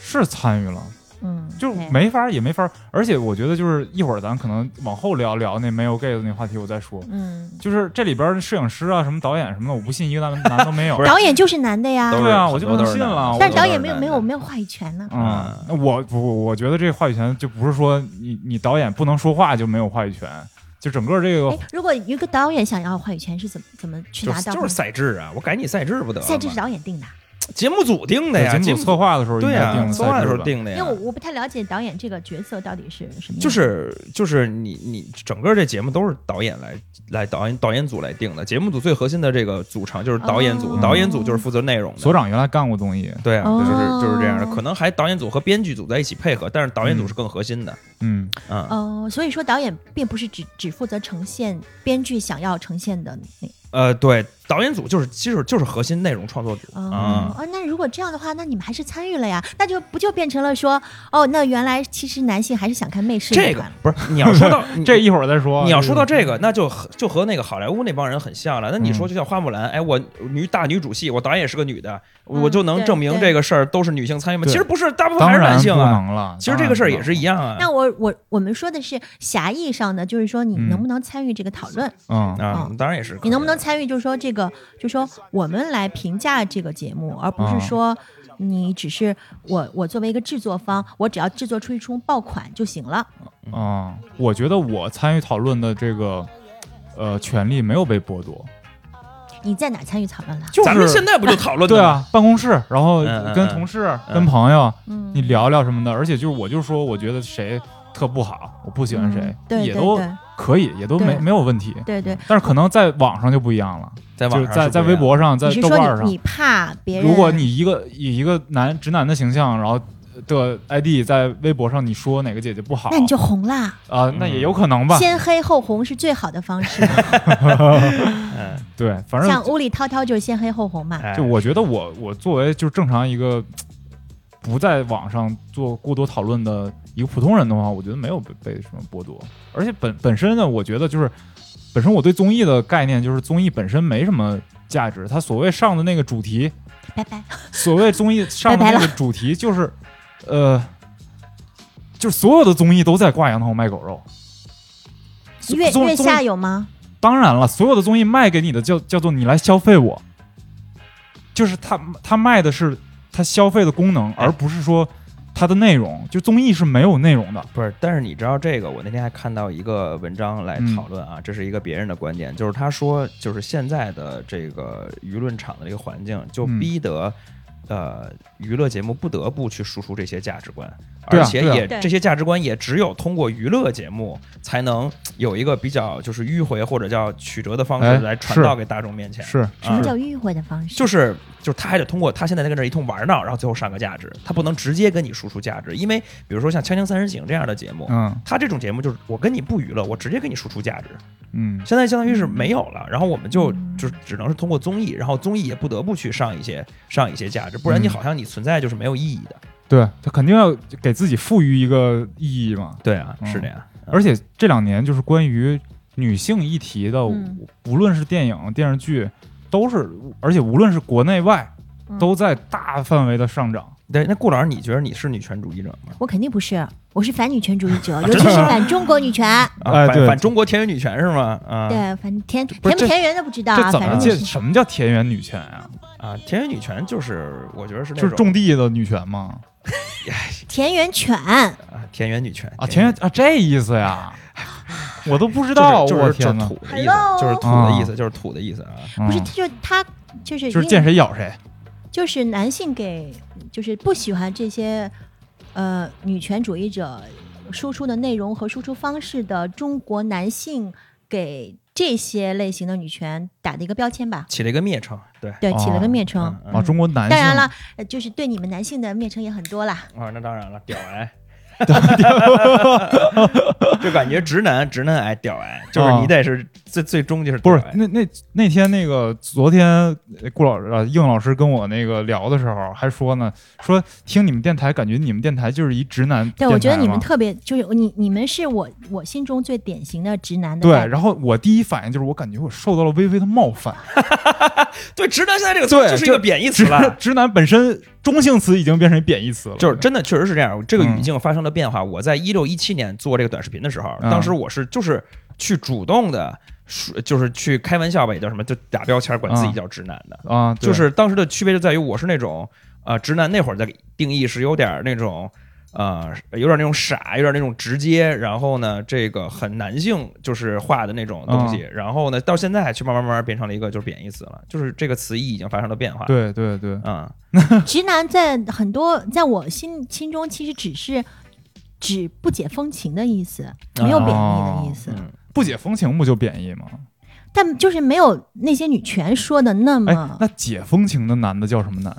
S3: 是参与了，
S4: 嗯，
S3: 就
S4: 对
S3: 没法儿也没法儿。而且我觉得就是一会儿咱可能往后聊聊那没有 gay 的那话题，我再说。
S4: 嗯。
S3: 就是这里边儿摄影师啊、什么导演什么的，我不信
S2: [LAUGHS]
S3: 一个男男都没有。
S2: 不是
S4: 导演就是男的呀
S2: 都，是
S3: 对啊
S2: 很
S3: 我就
S2: 多
S3: 不能
S2: 都是
S3: 信
S2: 男的
S3: 了
S4: 但
S3: 我
S4: 是
S3: 觉
S4: 导
S3: 得
S4: 演没有没有
S2: 很多都是男的
S4: 没有话语权呢。
S3: 嗯，那我不，我觉得这话语权就不是说你你导演不能说话就没有话语权，就整个这个
S4: 哎，如果有一个导演想要话语权，是怎么怎么
S2: 哦
S4: 去
S2: 就
S4: 拿
S2: 是
S4: 到？
S2: 就是赛制啊，我改你赛制不得了吗？
S4: 赛制是导演定的，
S2: 节目组定的呀，
S3: 节目
S2: 组
S3: 策划的时候应
S2: 对啊
S3: 该定
S2: 呀，
S3: 的
S2: 策划
S3: 赛
S2: 的
S3: 制
S2: 时候
S3: 吧。
S2: 定的
S4: 因
S2: 呀
S4: 为我。我不太了解导演这个角色到底是什么样
S2: 啊
S4: 的。
S2: 就是就是你你整个这节目都是导演来来导演导演组来定的，节目组最核心的这个组成就是导演组，
S4: 哦
S2: 导演组就是负责内容
S3: 所
S2: 的。
S3: 长原来干过综艺，
S2: 对啊，
S4: 哦
S2: 就是就是这样的，可能还导演组和编剧组在一起配合，但是导演组是更核心的。
S3: 嗯，
S2: 嗯，
S4: 哦，所以说导演并不是只只负责呈现编剧想要呈现的那
S2: 呃，对，导演组就是其实就是核心内容创作组
S4: 哦
S2: 啊。
S4: 哦，那如果这样的话，那你们还是参与了呀？那就不就变成了说，哦，那原来其实男性还是想看媚式
S2: 这
S4: 的
S2: 个嗯
S4: 管了。
S2: 不是你要
S3: [LAUGHS]
S2: 说到
S3: 这
S2: 你
S3: 一会儿再
S4: 啊
S3: 说。
S2: 你要说到这个，那就和就和那个好莱坞那帮人很像了。那你
S3: 嗯
S2: 说，就像花木兰，哎，我女大女主戏，我导演也是个女的，
S4: 嗯
S2: 我就能
S4: 对
S2: 证明
S4: 对
S2: 这个事儿都是女性参与吗？
S3: 对
S2: 其实不是，大部分
S3: 当
S2: 还是
S3: 然
S2: 男性
S3: 不
S2: 啊。
S3: 能了。
S2: 其实这个事儿也是一
S3: 样，
S2: 样啊。
S4: 那我我我们说的是狭义上的，就是说你
S3: 嗯
S4: 能不能参与这个讨论？
S3: 嗯，
S2: 啊
S4: 嗯，
S2: 当然也是可以的。
S4: 你能不能参与？就是说这个，就是说我们来评价这个节目，而不
S3: 啊
S4: 是说你只是我我作为一个制作方，我只要制作出一出爆款就行了。
S3: 啊、我觉得我参与讨论的这个呃权利没有被剥夺，
S4: 你在哪参与讨论了？
S3: 就是
S2: 咱们现在不就讨论
S3: 对啊，办公室，然后
S2: 嗯嗯
S3: 跟
S2: 嗯
S3: 同事、
S2: 嗯
S3: 跟朋友、
S4: 嗯，
S3: 你聊聊什么的，而且就是我就说，我觉得谁特不好，我不喜欢谁，
S4: 嗯对
S3: 也
S4: 对
S3: 都
S4: 对
S3: 可以，也都没
S4: 对
S3: 没有问题。
S4: 对对，
S3: 但是可能在网上就不一样了，
S2: 在网
S3: 就
S2: 上
S3: 在
S2: 是啊
S3: 在
S2: 不一
S3: 微
S2: 样
S3: 博上，在
S4: 你是
S3: 豆瓣
S4: 说
S3: 上
S4: 你，你怕别人？
S3: 如果你一个以一个男直男的形象，然后的 ID 在微博上你说哪个姐姐不好，
S4: 那你就红啦，
S3: 啊、那也有可能吧？
S4: 先黑后红是最好的方式。
S2: 嗯，
S3: 对，反正
S4: 像屋里涛涛就是先黑后红嘛。
S2: 哎
S3: 就我觉得我我作为就正常一个不在网上做过多讨论的一个普通人的话，我觉得没有被被什么剥夺。而且本本身呢，我觉得就是本身我对综艺的概念就是综艺本身没什么价值，它所谓上的那个主题，
S4: 拜拜。
S3: 所谓综
S4: [LAUGHS]
S3: 艺上的
S4: 拜拜
S3: 那
S4: 了
S3: 个主题就是呃，就是所有的综艺都在挂羊头卖狗肉。
S4: 月
S3: 综
S4: 月
S3: 综
S4: 下有吗？
S3: 当然了，所有的综艺卖给你的叫叫做你来消费我，就是他他卖的是他消费的功能，而不是说它的内容。就综艺是没有内容的，
S2: 不是，但是你知道这个，我那天还看到一个文章来
S3: 嗯
S2: 讨论啊，这是一个别人的观点，就是他说，就是现在的这个舆论场的这个环境，就
S3: 嗯
S2: 逼得呃娱乐节目不得不去输出这些价值观，
S3: 对啊
S2: 而且
S3: 对啊
S2: 也、
S4: 对
S2: 这些价值观也只有通过娱乐节目才能有一个比较就是迂回或者叫曲折的方
S3: 哎
S2: 式来传
S3: 是
S2: 到给大众面前。
S3: 是
S4: 什么
S2: 啊
S4: 叫迂回的方式？
S2: 就是就是他还得通过他现在在跟这儿一通玩闹，然后最后上个价值，他不能直接跟你输出价值，因为比如说像《锵锵三人行》这样的节目。
S3: 嗯
S2: 他这种节目就是我跟你不娱乐，我直接给你输出价值。
S3: 嗯
S2: 现在相当于是没有了，然后我们就
S4: 嗯
S2: 就只能是通过综艺，然后综艺也不得不去上一些上一些价值，不然你
S3: 嗯
S2: 好像你存在就是没有意义的。
S3: 对他肯定要给自己赋予一个意义嘛。
S2: 对啊，
S3: 嗯
S2: 是这样。
S3: 而且这两年就是关于女性议题的，
S4: 嗯
S3: 无论是电影、电视剧，都是，而且无论是国内外，
S4: 嗯
S3: 都在大范围的上涨。
S2: 对，那顾老师，你觉得你是女权主义者吗？
S4: 我肯定不是，我是反女权主义
S3: [LAUGHS]
S4: 者，尤其是反中国女权。
S3: 哎
S2: 啊反
S3: 对
S2: 反中国田园女权是吗？啊
S4: 对，反田田
S3: 不是
S4: 不
S3: 这
S4: 田园的不知道
S3: 这
S4: 啊，
S3: 怎
S4: 反
S3: 么
S4: 正
S3: 界？
S4: 就是
S3: 什么叫田园女权啊？
S2: 啊，田园女权就是我觉得是那
S3: 就是
S2: 种
S3: 种地的女权吗？
S4: 田园犬。
S3: 嗯
S2: 啊田园女权
S3: 啊，田园啊，这意思
S2: [LAUGHS]
S3: 呀，我都不知道，
S2: 就是
S3: 我
S2: 就是就是
S3: 天哪
S2: 土！的意思，就是土的意思，就是土的意思啊。
S4: 不是，
S3: 嗯
S4: 就是他，就是
S3: 就是
S4: 因
S3: 见谁咬谁，
S4: 就是男性给，就是不喜欢这些，呃，女权主义者输出的内容和输出方式的中国男性给这些类型的女权打的一个标签吧，
S2: 起了一个蔑称，对
S4: 对，起了
S3: 哦
S4: 个蔑称。
S2: 嗯嗯
S3: 啊！中国男性
S4: 当然了，呃就是对你们男性的蔑称也很多啦。
S2: 啊，那当然了，屌
S3: [LAUGHS]
S2: 癌，就感觉直男直男癌屌癌，就是
S3: 啊
S2: 你得是最最终就是
S3: 不
S2: 屌
S3: 是
S2: 癌
S3: 那那那天那个昨天呃顾老师啊应老师跟我那个聊的时候还说呢，说听你们电台感觉你们电台就是一直男
S4: 对，我
S3: 电
S4: 觉得
S3: 台
S4: 你们
S3: 嘛
S4: 特别，就是你你们是我我心中最典型的直男的
S3: 对，
S4: 代表
S3: 然后我第一反应就是我感觉我受到了微微的冒犯，
S2: 对直男现在这个词
S3: 对
S2: 就是一个贬义词
S3: 直
S2: 了。
S3: 直男本身中性词已经变成贬义词了，
S2: 就是真的，确实是这样。这个
S3: 嗯
S2: 语境发生了变化。我在一六一七年做这个短视频的时候，
S3: 嗯
S2: 当时我是就是去主动的，就是去开玩笑吧，也叫什么，就打标签，管自己
S3: 嗯
S2: 叫直男的。
S3: 啊，对
S2: 就是当时的区别就在于我是那种呃直男那会儿的定义是有点儿那种呃有点儿那种傻，有点儿那种直接，然后呢这个很男性就是化的那种东
S3: 啊
S2: 西，然后呢到现在去慢慢慢慢变成了一个就是贬义词了，就是这个词义已经发生了变化。，
S3: 对对对，
S2: 嗯，
S4: 直男在很多在我心心中其实只是指不解风情的意
S2: 啊
S4: 思，没有贬义的意思，
S2: 嗯
S3: 不解风情不就贬义吗？
S4: 但就是没有那些女权说的那
S3: 哎
S4: 么，
S3: 那解风情的男的叫什么男？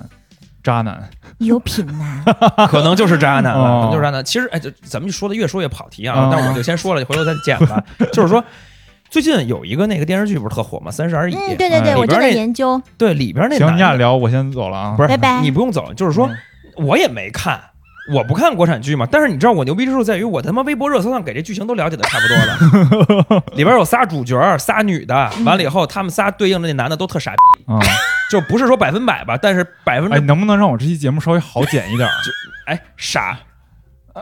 S3: 渣男。
S4: 有品男。
S2: 可能就是渣
S3: [LAUGHS]
S2: 男了，
S3: 哦
S2: 可能就是渣男。其实，哎，这咱们说的越说越跑题
S3: 哦
S2: 啊，但我就先说了，回头再剪
S3: [LAUGHS]
S2: 吧。就是说，最近有一个那个电视剧不是特火吗？《三十而已》
S4: 嗯，对对对，
S3: 哎
S4: 我正
S2: 里边
S4: 在
S2: 那
S4: 研究，
S2: 对里边那
S3: 行，
S2: 男
S3: 你
S2: 的
S3: 俩聊，我先走了啊。
S2: 不是，
S4: 拜拜
S2: 你不用走，就是说
S3: 嗯
S2: 我也没看，我不看国产剧嘛。但是你知道我牛逼之处在于，我他妈微博热搜上给这剧情都了解的差不多了。
S3: [LAUGHS]
S2: 里边有仨主角，仨女的，完了以后他们仨对应的那男的都特傻逼，
S3: 啊，
S2: 就不是说百分百吧，但是百分之
S3: 哎，能不能让我这期节目稍微好剪一点儿？
S2: 哎傻。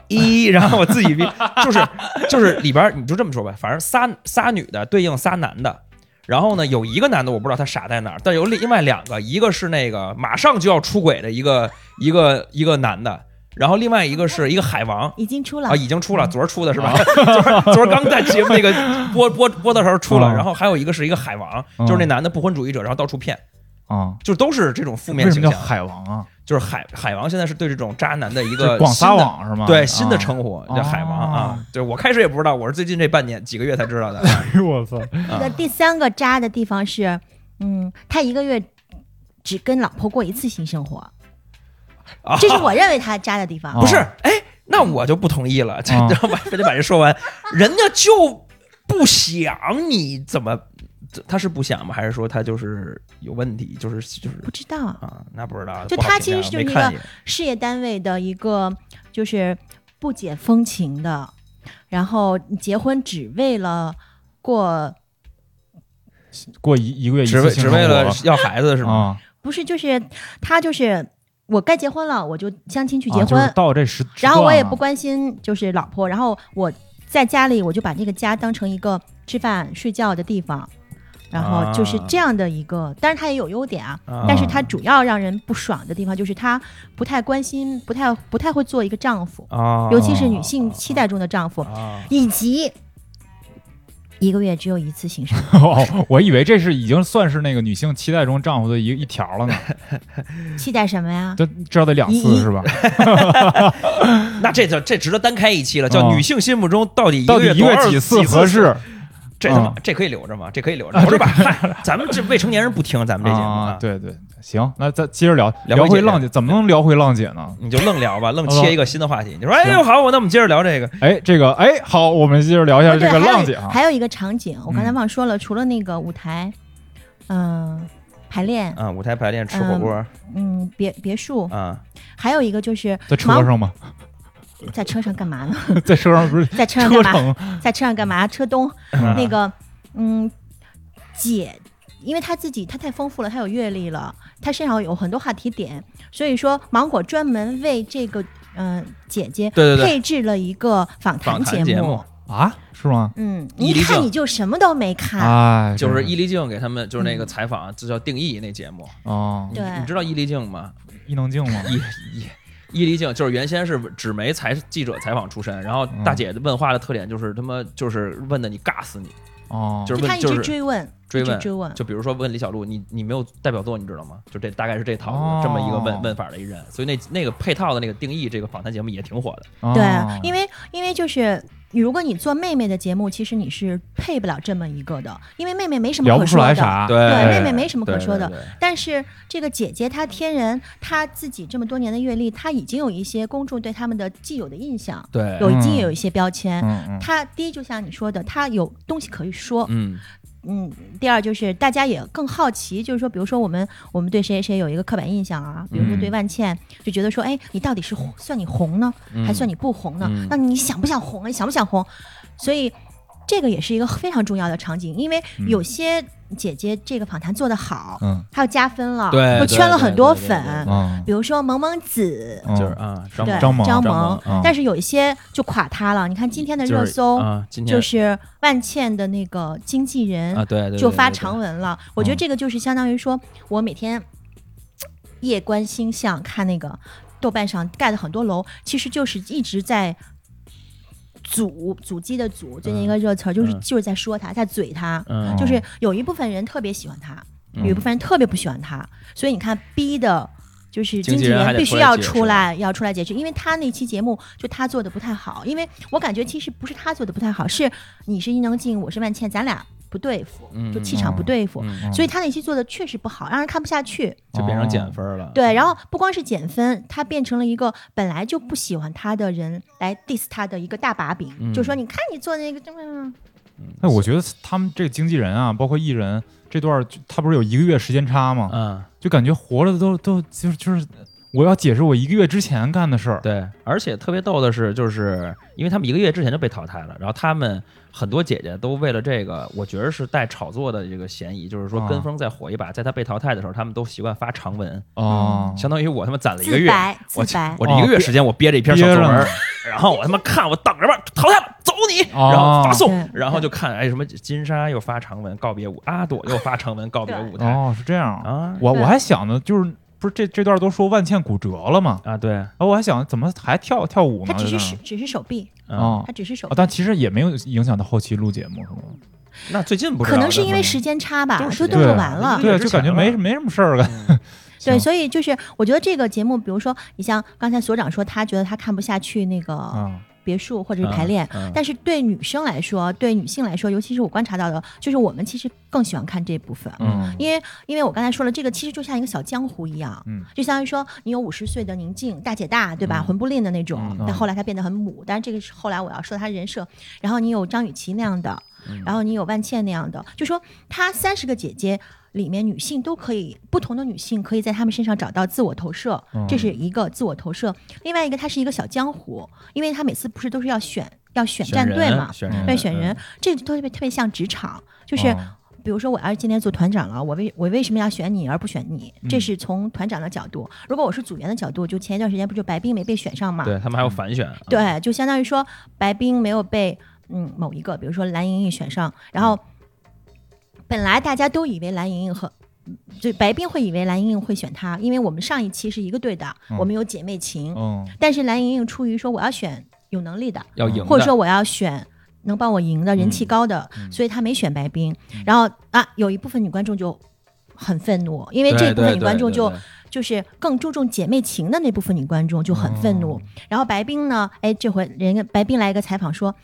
S2: 一，然后我自己
S3: [LAUGHS]
S2: 逼，就是就是里边你就这么说吧，反正仨仨女的对应仨男的，然后呢有一个男的我不知道他傻在哪儿，但有另外两个，一个是那个马上就要出轨的一个一个一个男的，然后另外一个是一个海王，
S4: 已经出了
S2: 啊，。已经出了，昨儿出的是吧？[LAUGHS]
S3: 哦
S2: 昨儿昨儿刚在节目
S3: [LAUGHS]
S2: 那个播播播的时候出了，
S3: 嗯
S2: 然后还有一个是一个海王，
S3: 嗯
S2: 就是那男的不婚主义者，然后到处骗，
S3: 啊，
S2: 就都是这种负
S3: 为
S2: 面
S3: 什
S2: 形
S3: 么叫
S2: 象。
S3: 海王啊？
S2: 就是海海王现在是对这种渣男的一
S3: 是
S2: 个
S3: 广撒
S2: 新的
S3: 网是吗？
S2: 对新的称
S4: 哦
S2: 呼
S3: 啊
S2: 叫海王啊。对我开始也不知道，我是最近这半年几个月才知
S4: [LAUGHS]
S2: 道的。
S3: 呼。 [LAUGHS] 我操！
S4: 那
S2: 啊
S4: 第三个渣的地方是，嗯，他一个月只跟老婆过一次性生活，
S2: 啊
S4: 这是我哦认为他渣的地方。
S2: [LAUGHS]
S3: 啊
S2: 不是哎，那我就不同意了，这
S3: 啊
S4: 哦
S2: 让我 [LAUGHS] 非得把这说完，人家就不想你怎么。他是不想吗？还是说他就是有问题？就是就是
S4: 不知道啊，
S2: 啊，那不知道。
S4: 就
S2: 不好
S4: 他
S2: 评价
S4: 其实
S2: 没
S4: 就是一
S2: 看
S4: 个
S2: 见
S4: 事业单位的一个就是不解风情的，然后结婚只为了过，
S3: 过一一个月一
S2: 只
S3: 次
S2: 为
S3: 性
S2: 只
S3: 生活
S2: 为了要孩子是吗？
S3: 啊，
S4: 不是就是他就是我该结婚了，我就相亲去
S3: 去
S4: 结
S2: 啊
S4: 婚，
S3: 啊到这时，
S4: 然后我也
S3: 时
S4: 不
S3: 段了
S4: 关心就是老婆，然后我在家里我就把这个家当成一个吃饭睡觉的地方。然后就是这样的一个，当然他也有优点啊，
S2: 啊
S4: 但是他主要让人不爽的地方就是他不太关心，不太不太会做一个丈夫。
S2: 啊
S4: 尤其是女性期待中的丈夫，
S2: 啊，
S4: 以及一个月只有一次性生活。
S3: [LAUGHS] 哦，我以为这是已经算是那个女性期待中丈夫的一一条
S4: [LAUGHS]
S3: 了呢，
S4: 期待什么呀？
S3: 这这得两
S4: 一
S3: 次
S4: 一
S3: 是吧？
S2: 那这叫这值得单开一期了，叫
S3: 哦
S2: 女性心目中到底一
S3: 到
S2: 个
S3: 底
S2: 月
S3: 一个
S2: 多少
S3: 几
S2: 次
S3: 次合适？
S2: 这他妈
S3: 嗯
S2: 这可以留着吗？啊这可以留着，留着吧。嗨，咱们这未成年人不听咱们这节目
S3: 啊，，对对，行，那咱接着聊
S2: 聊回
S3: 聊回
S2: 姐
S3: 浪姐，怎么能聊回浪姐呢？
S2: 你就愣聊吧，愣切一个新的话题。你说，哎呦好，我那我们接着聊这个。
S3: 哎，这个哎，好，我们接着聊一下
S4: 哦
S3: 这
S4: 对
S3: 个
S4: 还有
S3: 浪
S4: 一
S3: 姐啊，
S4: 还有一个场景，我刚才
S3: 嗯
S4: 忘说了，除了那个舞台，嗯、排练，
S2: 啊，舞台排练吃火锅
S4: 嗯，别别墅，
S2: 啊，
S4: 还有一个就是
S3: 在车上吗？ [LAUGHS]
S4: 在车上干嘛呢？
S3: 在车上不是
S4: 在车上
S3: 车
S4: 干嘛？
S3: 程
S4: 在车上干嘛？车东
S3: 嗯
S4: 那个，嗯，姐，因为她自己她太丰富了，她有阅历了，她身上有很多话题点，所以说芒果专门为这个嗯、姐姐
S2: 对对对
S4: 配置了一个访
S2: 访
S4: 谈
S2: 谈
S4: 节
S2: 节目
S3: 啊？是吗？
S4: 嗯，
S2: 伊
S4: 一
S2: 丽
S4: 看
S2: 静
S4: 你就什么都没看，
S2: 啊
S3: 哎，
S2: 就是
S3: 一
S2: 伊丽静给他们就是那个采访，这叫定义那节目。
S3: 哦，
S2: 你
S4: 嗯对
S2: 你知道伊丽静吗？
S3: 伊能静吗？
S2: 伊伊伊丽静就是原先是纸媒采记者采访出身，然后大姐问话的特点就是他妈就是问的你尬死你，
S3: 哦，
S2: 就是
S4: 就她
S2: 问
S4: 一
S2: 就
S4: 直
S2: 是
S4: 追问，
S2: 追
S4: 一直
S2: 问哦
S4: 追问，
S2: 就比如说问李小璐，你你没有代表作，你知道吗？就这大概是这套路、
S3: 哦
S2: 这么一个问问法的一人，所以那那个配套的那个定义，这个访谈节目也挺火的。
S3: 哦
S4: 对，因
S3: 为
S4: 为因为就是。如果你做妹妹的节目，其实你是配不了这么一个的，因为妹妹没什么
S3: 聊
S4: 可
S3: 不出
S4: 说
S3: 来
S4: 的。
S3: 啥，
S2: 对
S4: 对，
S2: 哎
S4: 妹妹没什么可
S2: 对
S4: 说的。
S2: 对对
S4: 但是这个姐姐她天然，她自己这么多年的阅历，她已经有一些公众对他们的既有的印象，
S2: 对，
S4: 有已经
S3: 嗯
S4: 有一些标签。
S3: 嗯嗯，
S4: 她第一就像你说的，她有东西可以说，
S2: 嗯，
S4: 嗯。第二就是大家也更好奇，就是说，比如说我们我们对谁谁有一个刻板印象啊，比如说
S3: 嗯
S4: 对万茜，就觉得说，哎，你到底是红算你红呢，还算
S2: 你
S4: 你不红呢？
S2: 嗯
S4: 那你想不想红？你想不想红？所以这个也是一个非常重要的场景，因为
S3: 嗯
S4: 有些姐姐这个访谈做得好，
S3: 嗯
S4: 她又加分了，
S2: 对对
S4: 又圈了
S2: 对
S4: 很
S2: 对
S4: 多
S2: 对对
S4: 粉，
S2: 对
S3: 嗯，
S4: 比如说萌萌子。
S3: 嗯
S2: [LAUGHS] 就是啊，张
S4: 对
S2: 猛
S3: 张萌
S4: 张
S2: 张萌
S3: 嗯
S4: 但是有一些就垮塌了。你看今天的
S2: 就是
S4: 热搜，
S2: 啊，今天
S4: 就是万茜的那个经纪人
S2: 啊，对对对，
S4: 就发
S2: 对嗯对
S4: 长文了。我觉得这个就是相当于说，我每天夜观星象，看那个豆瓣上盖了很多楼，其实就是一直在阻阻击的阻。最近一个热词儿就是、
S2: 嗯
S4: 就是在说他，在嘴他，
S2: 嗯，
S4: 就是有一部分人特别喜欢他，
S2: 嗯
S4: 有一部分人特别不喜欢他，所以你看逼的。就是
S2: 经
S4: 经
S2: 纪
S4: 纪
S2: 人还
S4: 人
S2: 得
S4: 必
S2: 出
S4: 须
S2: 来
S4: 要
S2: 解释
S4: 出来，要出来解释，因为他那期节目就他做的不太好，因为我感觉其实不是他做的不太好，是你是伊能静，我是万茜，咱俩不对付，
S2: 嗯
S4: 就气场不对付，
S2: 嗯，
S3: 嗯
S4: 所以他那期做的确实不好，让人看不下去。
S2: 就变成哦减分了。
S4: 对，然后不光是减分，他变成了一个本来就不喜欢他的人来 diss 他的一个大把柄，
S2: 嗯
S4: 就说你看你做那个这么，
S3: 哎，我觉得他们这经纪人啊，包括艺人这段儿就，他不是有一个月时间差吗？
S2: 嗯，
S3: 就感觉活着都都就是就是，我要解释我一个月之前干的事儿。
S2: 对，而且特别逗的是，就是因为他们一个月之前就被淘汰了，然后他们很多姐姐都为了这个，我觉得是带炒作的这个嫌疑，就是说
S3: 啊
S2: 跟风再火一把，在他被淘汰的时候，他们都习惯发长文，
S3: 哦，
S2: 相当于我他妈攒了一个
S4: 自
S2: 月，
S4: 白
S2: 我
S4: 自白。
S2: 我这一个月时间我憋着一篇小作
S3: 憋着
S2: 文
S3: 呢，
S2: 然后我他妈看我等着吧，淘汰了走你，
S3: 哦
S2: 然后发送
S4: 对，
S2: 然后就看哎什么金莎又发长文告别舞，阿朵又发长文告别舞台
S3: 哦，是这样。
S2: 啊
S3: 我
S4: 对
S3: 我还想呢，就是不是这这段都说万茜骨折了嘛？
S2: 啊对
S3: 啊，我还想怎么还跳跳舞呢？
S4: 他只是
S3: 在那
S4: 手，只是手臂，
S3: 儿
S2: 啊，
S3: 啊
S4: 他只是手
S3: 啊，
S4: 臂，
S3: 但其实也没有影响到后期录节目，是吗？
S2: 那最近不知
S4: 可
S2: 道嗯
S4: 能是因为
S2: 的
S4: 时间差吧，
S2: 都是
S4: 就
S2: 时
S4: 动
S2: 间
S4: 作
S3: 差
S4: 完了。
S2: 啊对
S3: 对，啊就感觉没没什么事儿干。
S4: 对，
S3: 行
S4: 所以就是我觉得这个节目，比如说你像刚才所长说，他觉得他看不下去那个
S3: 啊，
S4: 别墅或者是排练，
S2: 嗯
S4: 但是对女生来说，对女性来说，尤其是我观察到的，就是我们其实更喜欢看这部分，
S3: 嗯
S4: 因为因为我刚才说了，这个其实就像一个小江湖一样，
S3: 嗯
S4: 就相当于说你有五十岁的宁静大姐大，对吧？魂不吝的那种
S2: 嗯，
S4: 但后来她变得很母，但是这个是后来我要说她人设。然后你有张雨绮那样的，
S2: 嗯
S4: 然后你有万茜那样的，就说她三十个姐姐。里面女性都可以，不同的女性可以在她们身上找到自我投射，
S2: 嗯
S4: 这是一个自我投射。另外一个，它是一个小江湖，因为她每次不是都是要选要选
S2: 选
S4: 战队
S2: 人
S4: 嘛，
S2: 选人嗯
S4: 对，选人，这个特别特别像职场，就是
S3: 哦
S4: 比如说，我要是今天做团长了，我为我为什么要选你而不选你？这是从团长的角度。如果我是组员的角度，就前一段时间不就白冰没被选上嘛？
S2: 对他们还有反选，啊
S4: 对就相当于说白冰没有被嗯某一个，比如说蓝莹莹选上，然后本来大家都以为蓝莹莹和。就白冰会以为蓝莹莹会选她，因为我们上一期是一个队的，我们有姐妹情。
S3: 嗯
S4: 但是蓝莹莹出于说我要选有能力的，
S2: 要赢的，
S4: 或者说我要选能帮我赢的、人气
S3: 嗯
S4: 高的，
S3: 嗯
S4: 所以他没选白冰。
S3: 嗯
S4: 然后啊，有一部分女观众就很愤怒，因为
S2: 对
S4: 这部
S2: 对
S4: 分女
S2: 对
S4: 观众
S2: 对
S4: 就
S2: 对
S4: 就是更注重姐妹情的那部分女观众就很愤怒。
S3: 哦
S4: 然后白冰呢，哎，这回人家白冰来一个采访说。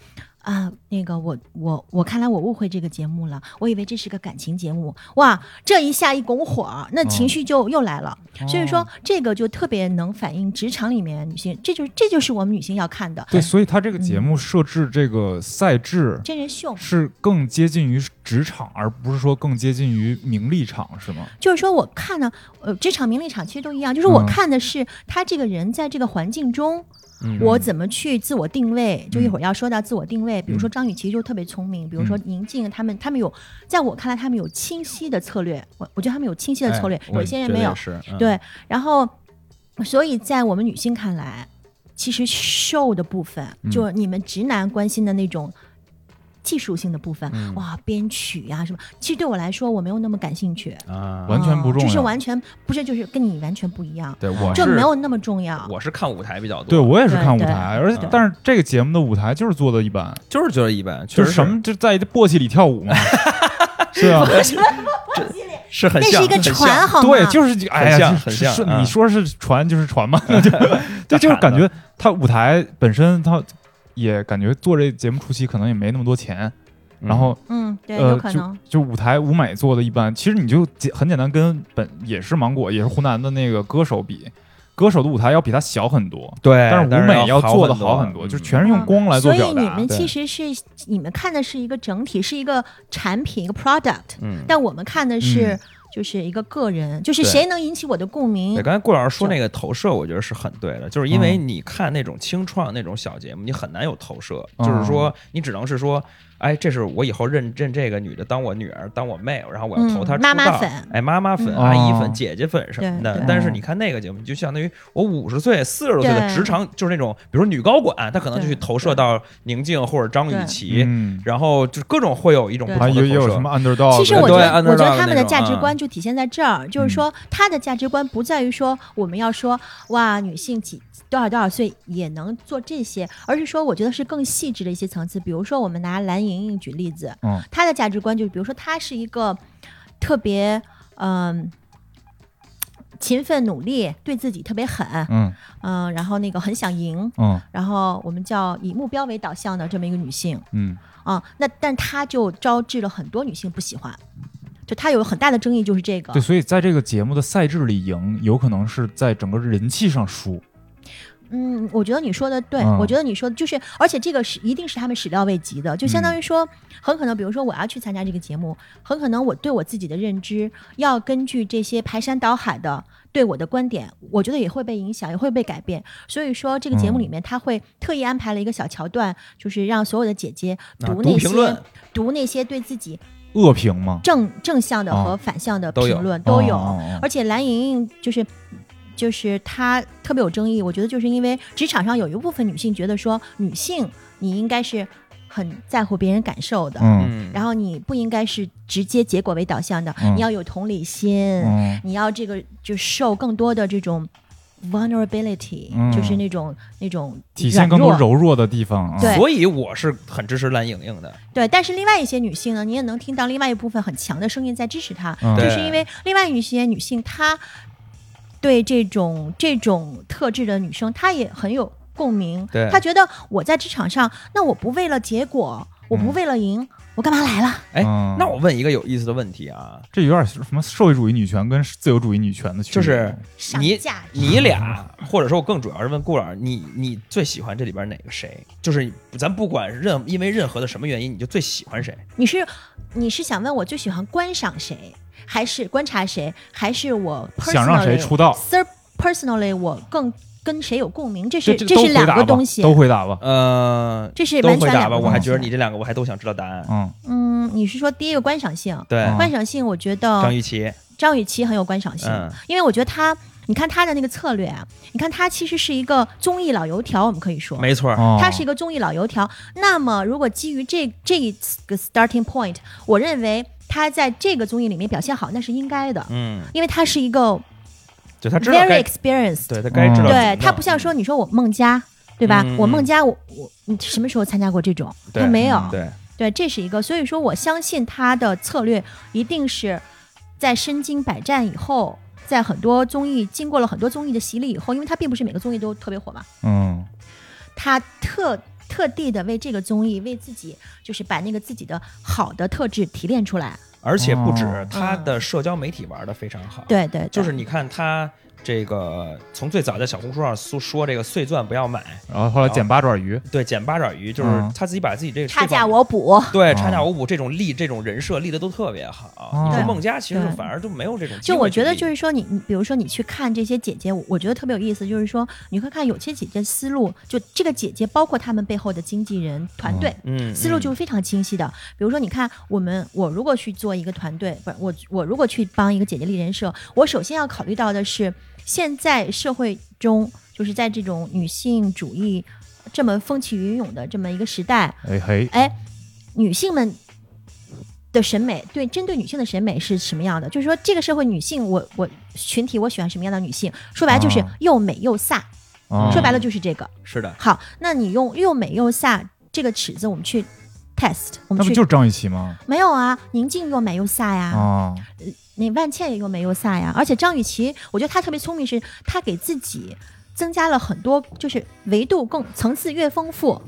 S4: 啊，那个我我我看来我误会这个节目了，我以为这是个感情节目，哇，这一下一拱火儿，那情绪就又来了。所以说
S3: 哦，
S4: 这个就特别能反映职场里面女性，这就是这就是我们女性要看的
S3: 对，所以他这个节
S4: 嗯
S3: 目设置这个赛制
S4: 真人秀。
S3: 是更接近于职场，而不是说更接近于名利场，是吗？
S4: 就是说，我看呢，呃，职场、名利场其实都一样，就是我
S3: 嗯
S4: 看的是他这个人在这个环境中，
S2: 嗯
S4: 我怎么去自我定位。就一
S3: 嗯
S4: 会儿要说到自我定
S2: 嗯
S4: 位，比如说张雨绮就特别聪明，比如说宁静，他们他们有，在我看来他们有清晰的策略，我我觉得他们有清晰的策略
S2: 哎，
S4: 有
S2: 我
S4: 一些人
S2: 觉得
S4: 没有
S2: 也。是，嗯
S4: 对，然后，所以在我们女性看来，其实瘦的部分，
S2: 嗯
S4: 就是你们直男关心的那种技术性的部分，
S2: 嗯
S4: 哇，编曲啊呀、什么，其实对我来说我没有那么感兴趣，
S2: 啊，
S3: 完全不重要
S4: 哦就是完全不是，就是跟你完全不一样，
S2: 对我
S4: 这
S2: 是
S4: 没有那么重要。
S2: 我是看舞台比较多，
S3: 对，我也是
S4: 对
S3: 看舞
S4: 对
S3: 台，而且
S2: 对
S3: 但是这个节目的舞台就是做的一般，
S2: 就是觉得一般，确
S3: 就
S2: 实
S3: 是什么就在簸箕里跳舞嘛，
S2: [LAUGHS]
S3: 是啊，
S2: 是很
S4: 那
S2: 像，
S4: 是一个
S2: 很像
S4: 船，好吗？
S3: 对，就是哎呀，
S2: 像
S3: 就是
S2: 很像
S3: 是
S2: 嗯
S3: 你说是船就是
S2: [LAUGHS]
S3: 船嘛，就对，就是感觉他舞台本身他也感觉做这节目初期可能也没那么多钱，
S2: 嗯
S3: 然后
S4: 嗯，对，有
S3: 呃
S4: 可能
S3: 就。就舞台舞美做的一般，其实你就简很简单跟本也是芒果也是湖南的那个歌手比。歌手的舞台要比他小很多，
S2: 对，
S3: 但是舞
S2: 舞
S3: 美要做的
S2: 好
S3: 好
S2: 很
S3: 很
S2: 多，
S3: 多，就是
S2: 嗯
S3: 全是用光来做
S4: 所以
S3: 表
S4: 你
S3: 达
S4: 们。
S2: 对
S4: 其实是你们看的是一个整体，是一个产品，一个 product。
S2: 嗯。
S4: 但我们看的是、
S3: 嗯
S4: 就是一个个人，就是
S2: 对
S4: 谁能引起我的共鸣
S2: 对，。刚才顾老师说那个投射，我觉得是很对的，就是因为
S4: 嗯
S2: 你看那种清创那种小节目，你很难有投射，
S3: 嗯
S2: 就是说你只能是说，哎，这是我以后认认这个女的当我女儿，当我妹，然后我要投她
S4: 嗯
S2: 出道，
S4: 妈妈粉
S2: 哎，妈妈粉、
S4: 嗯
S2: 阿姨
S3: 哦
S2: 粉、姐姐粉什么
S4: 对
S2: 的
S4: 对。
S2: 但是你看那个节目，你就相当于我五十岁、四十多岁的
S4: 对
S2: 职场，就是那种，比如女高管，她可能就去
S4: 对
S2: 投射到宁静或者张雨
S4: 对
S2: 绮，
S3: 嗯，
S2: 然后就是各种会有一种不
S4: 对
S2: 同
S3: 还
S2: 的
S3: 有也
S2: 投
S3: 有
S2: 射
S3: 什么 underdog，
S4: 其实我觉
S2: 对
S4: 得，我觉得
S2: underdog 哦
S4: 他们
S2: 那嗯
S4: 的
S2: 种
S4: 价值
S2: 嗯
S4: 观就体现在这儿，就是说他的价值观不在于说我们要说哇女性几多少多少岁也能做这些，而是说我觉得是更细致的一些层次。比如说我们拿蓝莹莹举例子，
S3: 嗯
S4: 她的价值观就是比如说她是一个特别嗯、勤奋努力，对自己特别狠，
S3: 嗯
S4: 嗯、然后那个很想赢，
S3: 嗯
S4: 然后我们叫以目标为导向的这么一个女性
S3: 嗯
S4: 啊、那但她就招致了很多女性不喜欢，就她有很大的争议就是这个
S3: 对，，所以在这个节目的赛制里赢，有可能是在整个人气上输。
S4: 嗯，我觉得你说的对，
S3: 嗯
S4: 我觉得你说的就是，而且这个是一定是他们始料未及的，就相当于说，很可能，比如说我要去参加这个节目，很可能我对我自己的认知要根据这些排山倒海的对我的观点，我觉得也会被影响，也会被改变。所以说，这个节目里面他会特意安排了一个小桥段，就是让所有的姐姐
S2: 啊
S4: 读
S2: 读
S4: 那
S2: 评
S4: 些、
S2: 论
S4: 读那些对自己
S3: 恶评吗？
S4: 正正向的
S3: 哦
S4: 和反向的
S2: 都有
S4: 评论都有，
S3: 哦哦哦
S4: 而且蓝莹莹就是就是她特别有争议，我觉得就是因为职场上有一部分女性觉得说女性你应该是很在乎别人感受的，
S3: 嗯
S2: 嗯，
S4: 然后你不应该是直接结果为导向的，
S3: 嗯
S4: 你要有同理心，
S3: 嗯
S4: 你要这个就受更多的这种 vulnerability，、
S3: 嗯
S4: 就是那种那种
S3: 体现更
S4: 软弱
S3: 多柔弱的地方啊。
S4: 对
S2: 所以我是很支持蓝莹莹的，
S4: 对，但是另外一些女性呢，你也能听到另外一部分很强的声音在支持她，
S3: 嗯
S4: 就
S2: 对
S4: 是因为另外一些女性她对这种这种特质的女生，她也很有共鸣
S2: 对，
S4: 她觉得我在职场上，那我不为了结果，我不
S3: 嗯
S4: 为了赢，我干嘛来了？
S2: 哎
S3: 嗯，
S2: 那我问一个有意思的问题啊，
S3: 这有点什么社会主义女权跟自由主义女权的区
S2: 就
S3: 别。
S2: 是
S4: 上
S2: 你
S4: 价值
S2: 你俩，或者说我更主要是问顾老师，你你最喜欢这里边哪个谁？就是咱不管任因为任何的什么原因，你就最喜欢谁？
S4: 你是你是想问我最喜欢观赏谁，还是观察谁，还是我 personally
S3: 想让谁出道，
S4: ？Sir personally，我更跟谁有共鸣？这
S3: 这这
S4: 是
S3: 个
S4: 这
S3: 都
S4: 是
S3: 回
S4: 两
S3: 答
S4: 个
S3: 吧，
S4: 东西，
S3: 都回答吧。
S2: 呃，
S4: 这是
S2: 都
S4: 完全
S2: 回
S4: 两
S2: 答
S4: 个
S2: 吧。
S4: 东西。
S2: 我还觉得你这两个我还都想知道答案。
S3: 嗯
S4: 嗯，你是说第一个观赏性？
S2: 对，
S3: 嗯
S4: 观赏性，我觉得
S2: 张雨绮，
S4: 张雨绮很有观赏性，
S2: 嗯
S4: 因为我觉得她，你看她的那个策略啊，你看她其实是一个综艺老油条，我们可以说。
S2: 没错儿，
S3: 哦，
S4: 她是一个综艺老油条，那么如果基于这这一个 starting point，我认为她在这个综艺里面表现好，那是应该的，
S2: 嗯，
S4: 因为她是一个
S2: 就他知道
S4: very
S2: 该，
S4: experienced，
S2: 对他该知道怎么弄，
S4: 对她不像说你说我孟佳，对吧？
S2: 嗯
S4: 我孟佳，我我你什么时候参加过这种？
S2: 对嗯
S4: 他没有，
S2: 对，
S4: 对，这是一个。所以说，我相信他的策略一定是在身经百战以后，在很多综艺经过了很多综艺的洗礼以后，因为他并不是每个综艺都特别火嘛，
S3: 嗯
S4: 他特特地的为这个综艺，为自己就是把那个自己的好的特质提炼出来。
S2: 而且不止
S3: 哦
S2: 他的社交媒体玩的非常好，，
S4: 对对对
S2: 就是你看他这个从最早在小红书上说说这个碎钻不要买，
S3: 然后后来捡八爪鱼，
S2: 对，捡八爪鱼，就是
S3: 嗯
S2: 他自己把自己这个
S4: 差
S2: 这方
S4: 价我补，
S2: 对
S3: 哦
S2: 差价我补这种立这种人设立的都特别好。你
S3: 对
S2: 说孟佳其实
S4: 对
S2: 反而就没有这种机
S4: 就
S2: 会去立，
S4: 我觉得就是说你，你比如说你去看这些姐姐，我我觉得特别有意思，就是说你会看有些姐姐思路，就这个姐姐包括她们背后的经纪人团队。
S2: 嗯
S4: 思路
S2: 嗯
S4: 就是非常清晰的，比如说，你看我们，我如果去做一个团队，不是我，我如果去帮一个姐姐立人设，我首先要考虑到的是，现在社会中，就是在这种女性主义这么风起云涌的这么一个时代，
S3: 哎嘿，
S4: 哎，女性们的审美，对针对女性的审美是什么样的？就是说，这个社会女性，我我群体我喜欢什么样的女性？说白了就是
S3: 哦
S4: 又美又飒，
S3: 哦
S4: 说白了就是这个。
S2: 是的，
S4: 好，那你用又美又飒这个尺子，我们去 test，
S3: 那
S4: 我们
S3: 不
S4: 去
S3: 就是张雨绮吗？
S4: 没有啊？宁静又美又飒呀，
S3: 啊，
S4: 那万茜也又美又飒呀。而且张雨绮，我觉得她特别聪明是，她给自己增加了很多，就是维度更层次越丰富，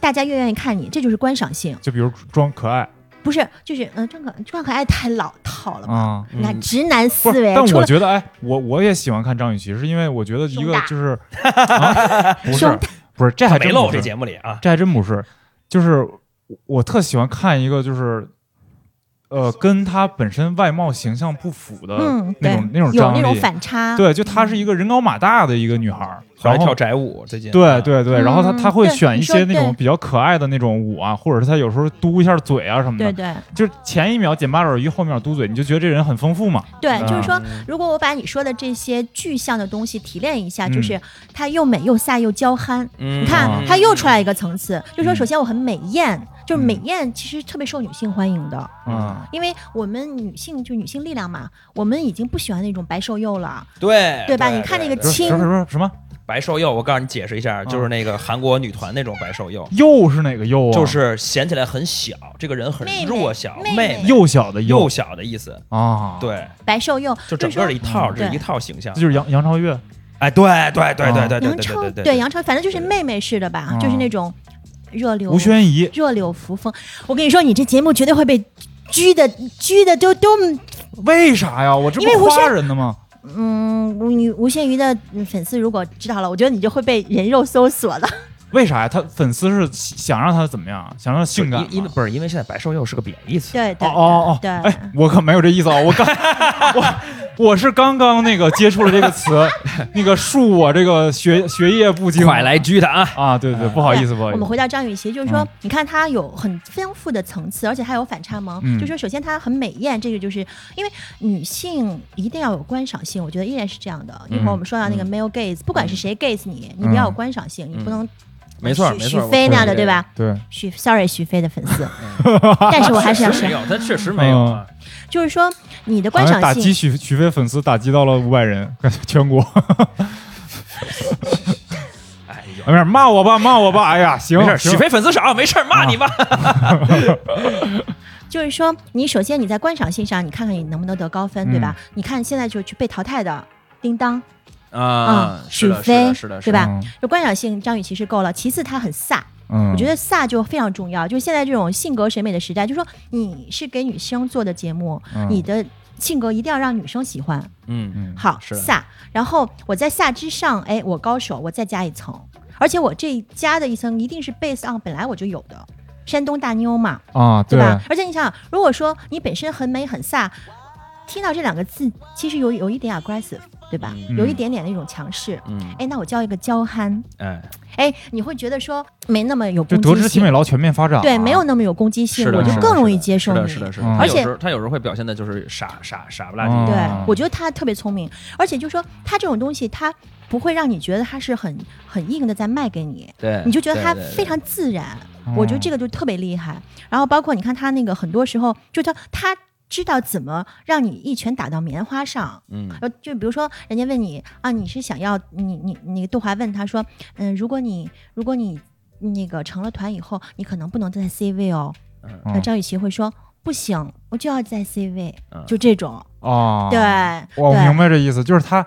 S4: 大家越愿意看你，这就是观赏性。
S3: 就比如装可爱
S4: 不是，就是嗯，呃装可装可爱太老套了吧？
S3: 啊。
S4: 你看
S2: 嗯
S4: 直男思
S3: 不是
S4: 维，，
S3: 但
S4: 除
S3: 我
S4: 了
S3: 觉得，哎，我我也喜欢看张雨绮，是因为我觉得一
S4: 胸
S3: 个
S4: 大 [LAUGHS]
S3: 就是，啊、不
S4: 胸
S3: 是
S4: 大
S3: 不是，这还真
S2: 没
S3: 不
S2: 漏
S3: 是
S2: 这节目里啊，
S3: 这还真不是，就是我我特喜欢看一个就是，呃，跟他本身外貌形象不符的
S4: 嗯，
S3: 那
S4: 对
S3: 种、，那种
S4: 有
S3: 张
S4: 那
S3: 力，
S4: 种反差，
S3: 对，就她是一个人高马大的一个女孩儿，
S2: 后来
S3: 然
S2: 跳
S3: 后。
S2: 宅舞最近，
S3: 对
S2: 啊，
S3: 对对，然后她
S4: 嗯
S3: 她会
S4: 对
S3: 选一
S4: 你说
S3: 些那种
S4: 对
S3: 比较可爱的那种舞啊，或者是她有时候嘟一下嘴啊什么
S4: 对
S3: 的，
S4: 对
S3: 就是前一秒剪八爪鱼，后秒嘟嘴，你就觉得这人很丰富嘛。
S4: 对，就是
S3: 嗯
S4: 说，如果我把你说的这些具象的东西提炼一下，
S3: 嗯
S4: 就是她又美又飒又娇憨。
S2: 嗯，
S4: 你
S3: 嗯
S4: 看，她又出来一个层次，就是说，
S3: 嗯
S4: 首先我很美艳，就是
S3: 嗯
S4: 美艳其实特别受女性欢迎的，
S2: 嗯
S3: 啊，
S4: 因为我们女性就女性力量嘛，我们已经不喜欢那种白瘦幼了，
S2: 对
S4: 对吧你看那个
S3: 什
S2: 对
S3: 么什么什么什么
S2: 白瘦幼，我告诉你解释一下，就是那个韩国女团那种白瘦幼，
S3: 又是哪个又啊？
S2: 就是显起来很小，这个人很
S4: 妹妹
S2: 弱小，
S4: 妹妹
S2: 妹
S3: 幼小的
S2: 幼小的意思，
S3: 啊，，
S2: 对，
S4: 白瘦幼，
S2: 就
S4: 就
S2: 整
S4: 是
S2: 个
S4: 说
S2: 的一套，
S3: 嗯
S2: 这是
S4: 对
S2: 一套形象
S3: 这。就是杨杨超越
S2: 哎，对对对对对对对
S4: 杨
S2: 对
S4: 超
S2: 对对，
S4: 杨超，反正就是妹妹似的吧，
S3: 嗯
S4: 就是那种热流
S3: 吴宣仪，
S4: 热柳扶风。我跟你说，你这节目绝对会被拘的，拘的都都
S3: 为啥呀？我这
S4: 因为
S3: 不
S4: 吴宣
S3: 夸人的吗？
S4: 嗯，吴女吴宣仪的嗯粉丝如果知道了，我觉得你就会被人肉搜索的。
S3: 为啥呀？他粉丝是想让他怎么样？想让他性感吗？
S2: 因因不是因为现在白瘦幼是个贬义词，
S4: [LAUGHS] 对
S3: 哦
S4: 对
S3: 哦哦，
S4: 对
S3: 哎，我可没有这意思啊！我
S4: [LAUGHS]
S3: 刚我我是刚刚那个接触了这个词， [LAUGHS] 那个恕我这个学学业不精，
S2: 快来拘他啊！
S3: 啊！对对，
S2: 嗯
S3: 不好意思，
S4: 对
S3: 不好意
S4: 我们
S3: 思，
S4: 回到张雨绮，就是说，
S3: 嗯
S4: 你看她有很丰富的层次，而且她有反差萌。
S3: 嗯
S4: 就是说，首先她很美艳，这个就是因为女性一定要有观赏性，我觉得依然是这样
S3: 嗯
S4: 的。一会儿我们说到那个 male gaze，、不管是谁 gaze 你，你一定要有观赏性，
S3: 嗯
S4: 你不能
S2: 没错
S4: 许
S2: 没错
S4: 许飞那样
S2: 我
S4: 的
S2: 同意
S4: 对吧？
S3: 对，
S4: 许 sorry 许飞的
S3: [LAUGHS]
S4: 粉丝，但是我还是要
S2: 确实没
S4: 说，
S2: 有，他确实没有啊。
S4: 就是说你的
S3: 好
S4: 观
S3: 像打
S4: 赏
S3: 击
S4: 性，
S3: 许许飞粉丝打击到了五百人，感
S4: [LAUGHS]
S3: 觉全国。
S2: 哎呦，
S3: 没事，骂我吧，骂我吧！哎呀，行
S2: 没事，，
S3: 行
S2: 许飞粉丝少，没事儿骂你吧。
S4: 就是说你首先你在观赏性上，你看看你能不能得高分，对吧？
S2: 嗯
S4: 你看现在就去被淘汰的叮当，
S2: 啊
S4: 嗯，
S2: 是的，
S4: 许飞
S2: 是的，是的，
S4: 对吧？
S3: 嗯
S4: 就观赏性张雨绮是够了，其次她很飒，
S3: 嗯，
S4: 我觉得飒就非常重要。就是现在这种性格审美的时代，就说你是给女生做的节目，
S3: 嗯
S4: 你的性格一定要让女生喜欢。
S2: 嗯，
S3: 嗯
S4: 好，
S2: 是的
S4: 飒，然后我在飒之上，哎，我高手，我再加一层，而且我这加的一层一定是 base on 本来我就有的，山东大妞嘛，
S3: 啊，
S4: 对吧？而且你想想，如果说你本身很美很飒，听到这两个字，其实有有一点 aggressive，对吧？
S3: 嗯
S4: 有一点点那种强势。
S2: 嗯，
S4: 哎，那我教一个娇憨，
S2: 哎，
S4: 哎，你会觉得说没那么有
S3: 就
S4: 攻
S3: 德智
S4: 击
S3: 体
S4: 性，
S3: 美劳全面发展啊，
S4: 对，没有那么有攻击性
S2: 是，的，
S4: 我就是
S2: 的
S4: 更容易
S2: 是的
S4: 接受
S2: 是
S4: 你。
S2: 的，是的，是的。
S3: 嗯
S2: 他
S4: 而
S2: 有
S4: 且
S2: 时候他有时候会表现的就是傻傻傻不拉
S3: 嗯
S2: 几。
S4: 对
S3: 哦，
S4: 我觉得他特别聪明，而且就是说他这种东西，他不会让你觉得他是很很硬的在卖给你，
S2: 对，
S4: 你就觉得他
S2: 对对对
S4: 非常自然。
S3: 嗯，
S4: 我觉得这个就特别厉害。然后包括你看他那个很多时候，就他他知道怎么让你一拳打到棉花上。
S5: 嗯
S4: 呃，就比如说，人家问你啊，你是想要你你你杜华问他说，嗯，如果你如果你那个成了团以后，你可能不能在 C 位哦。
S2: 嗯
S4: 那张雨绮会说不行，我就要在 C 位，
S2: 嗯
S4: 就这种。
S3: 哦，
S4: 对，
S3: 我明
S4: 对
S3: 白这意思，就是他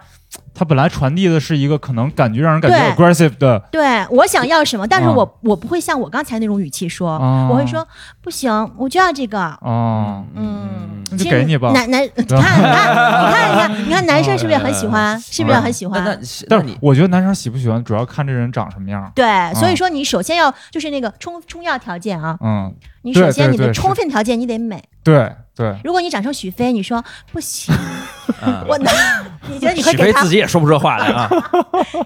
S3: 他本来传递的是一个可能感觉让人感觉
S4: 对
S3: aggressive 的，
S4: 对，我想要什么，但是
S3: 啊
S4: 我、我不会像我刚才那种语气说，
S3: 啊
S4: 哦我会说不行，我就要这个。
S3: 哦，
S4: 嗯，
S3: 那就给你吧 [LAUGHS]
S4: 男男，你看，你看，你看，你看，你看，男生是不是也很喜
S3: 哎
S4: 欢？是不是也很喜
S5: 那那
S4: 欢？
S5: 那
S3: 但是
S5: 你
S3: 我觉得男生喜不喜欢主要看这人长什么样。
S4: 对，所以说你首先要就是那个充充要条件啊，
S3: 嗯，
S4: 你
S3: 对
S4: 首先
S3: 对
S4: 你的
S3: 对
S4: 充
S3: 是
S4: 分条件你得美。
S3: 对对，哎
S4: 如果你长成许飞，你说不行，
S2: 啊
S4: 我
S3: [LAUGHS]
S4: 能，你觉得你会
S2: 许
S4: 给
S2: 飞
S4: 他
S2: 自己也说不出话来
S4: [LAUGHS]
S2: 啊，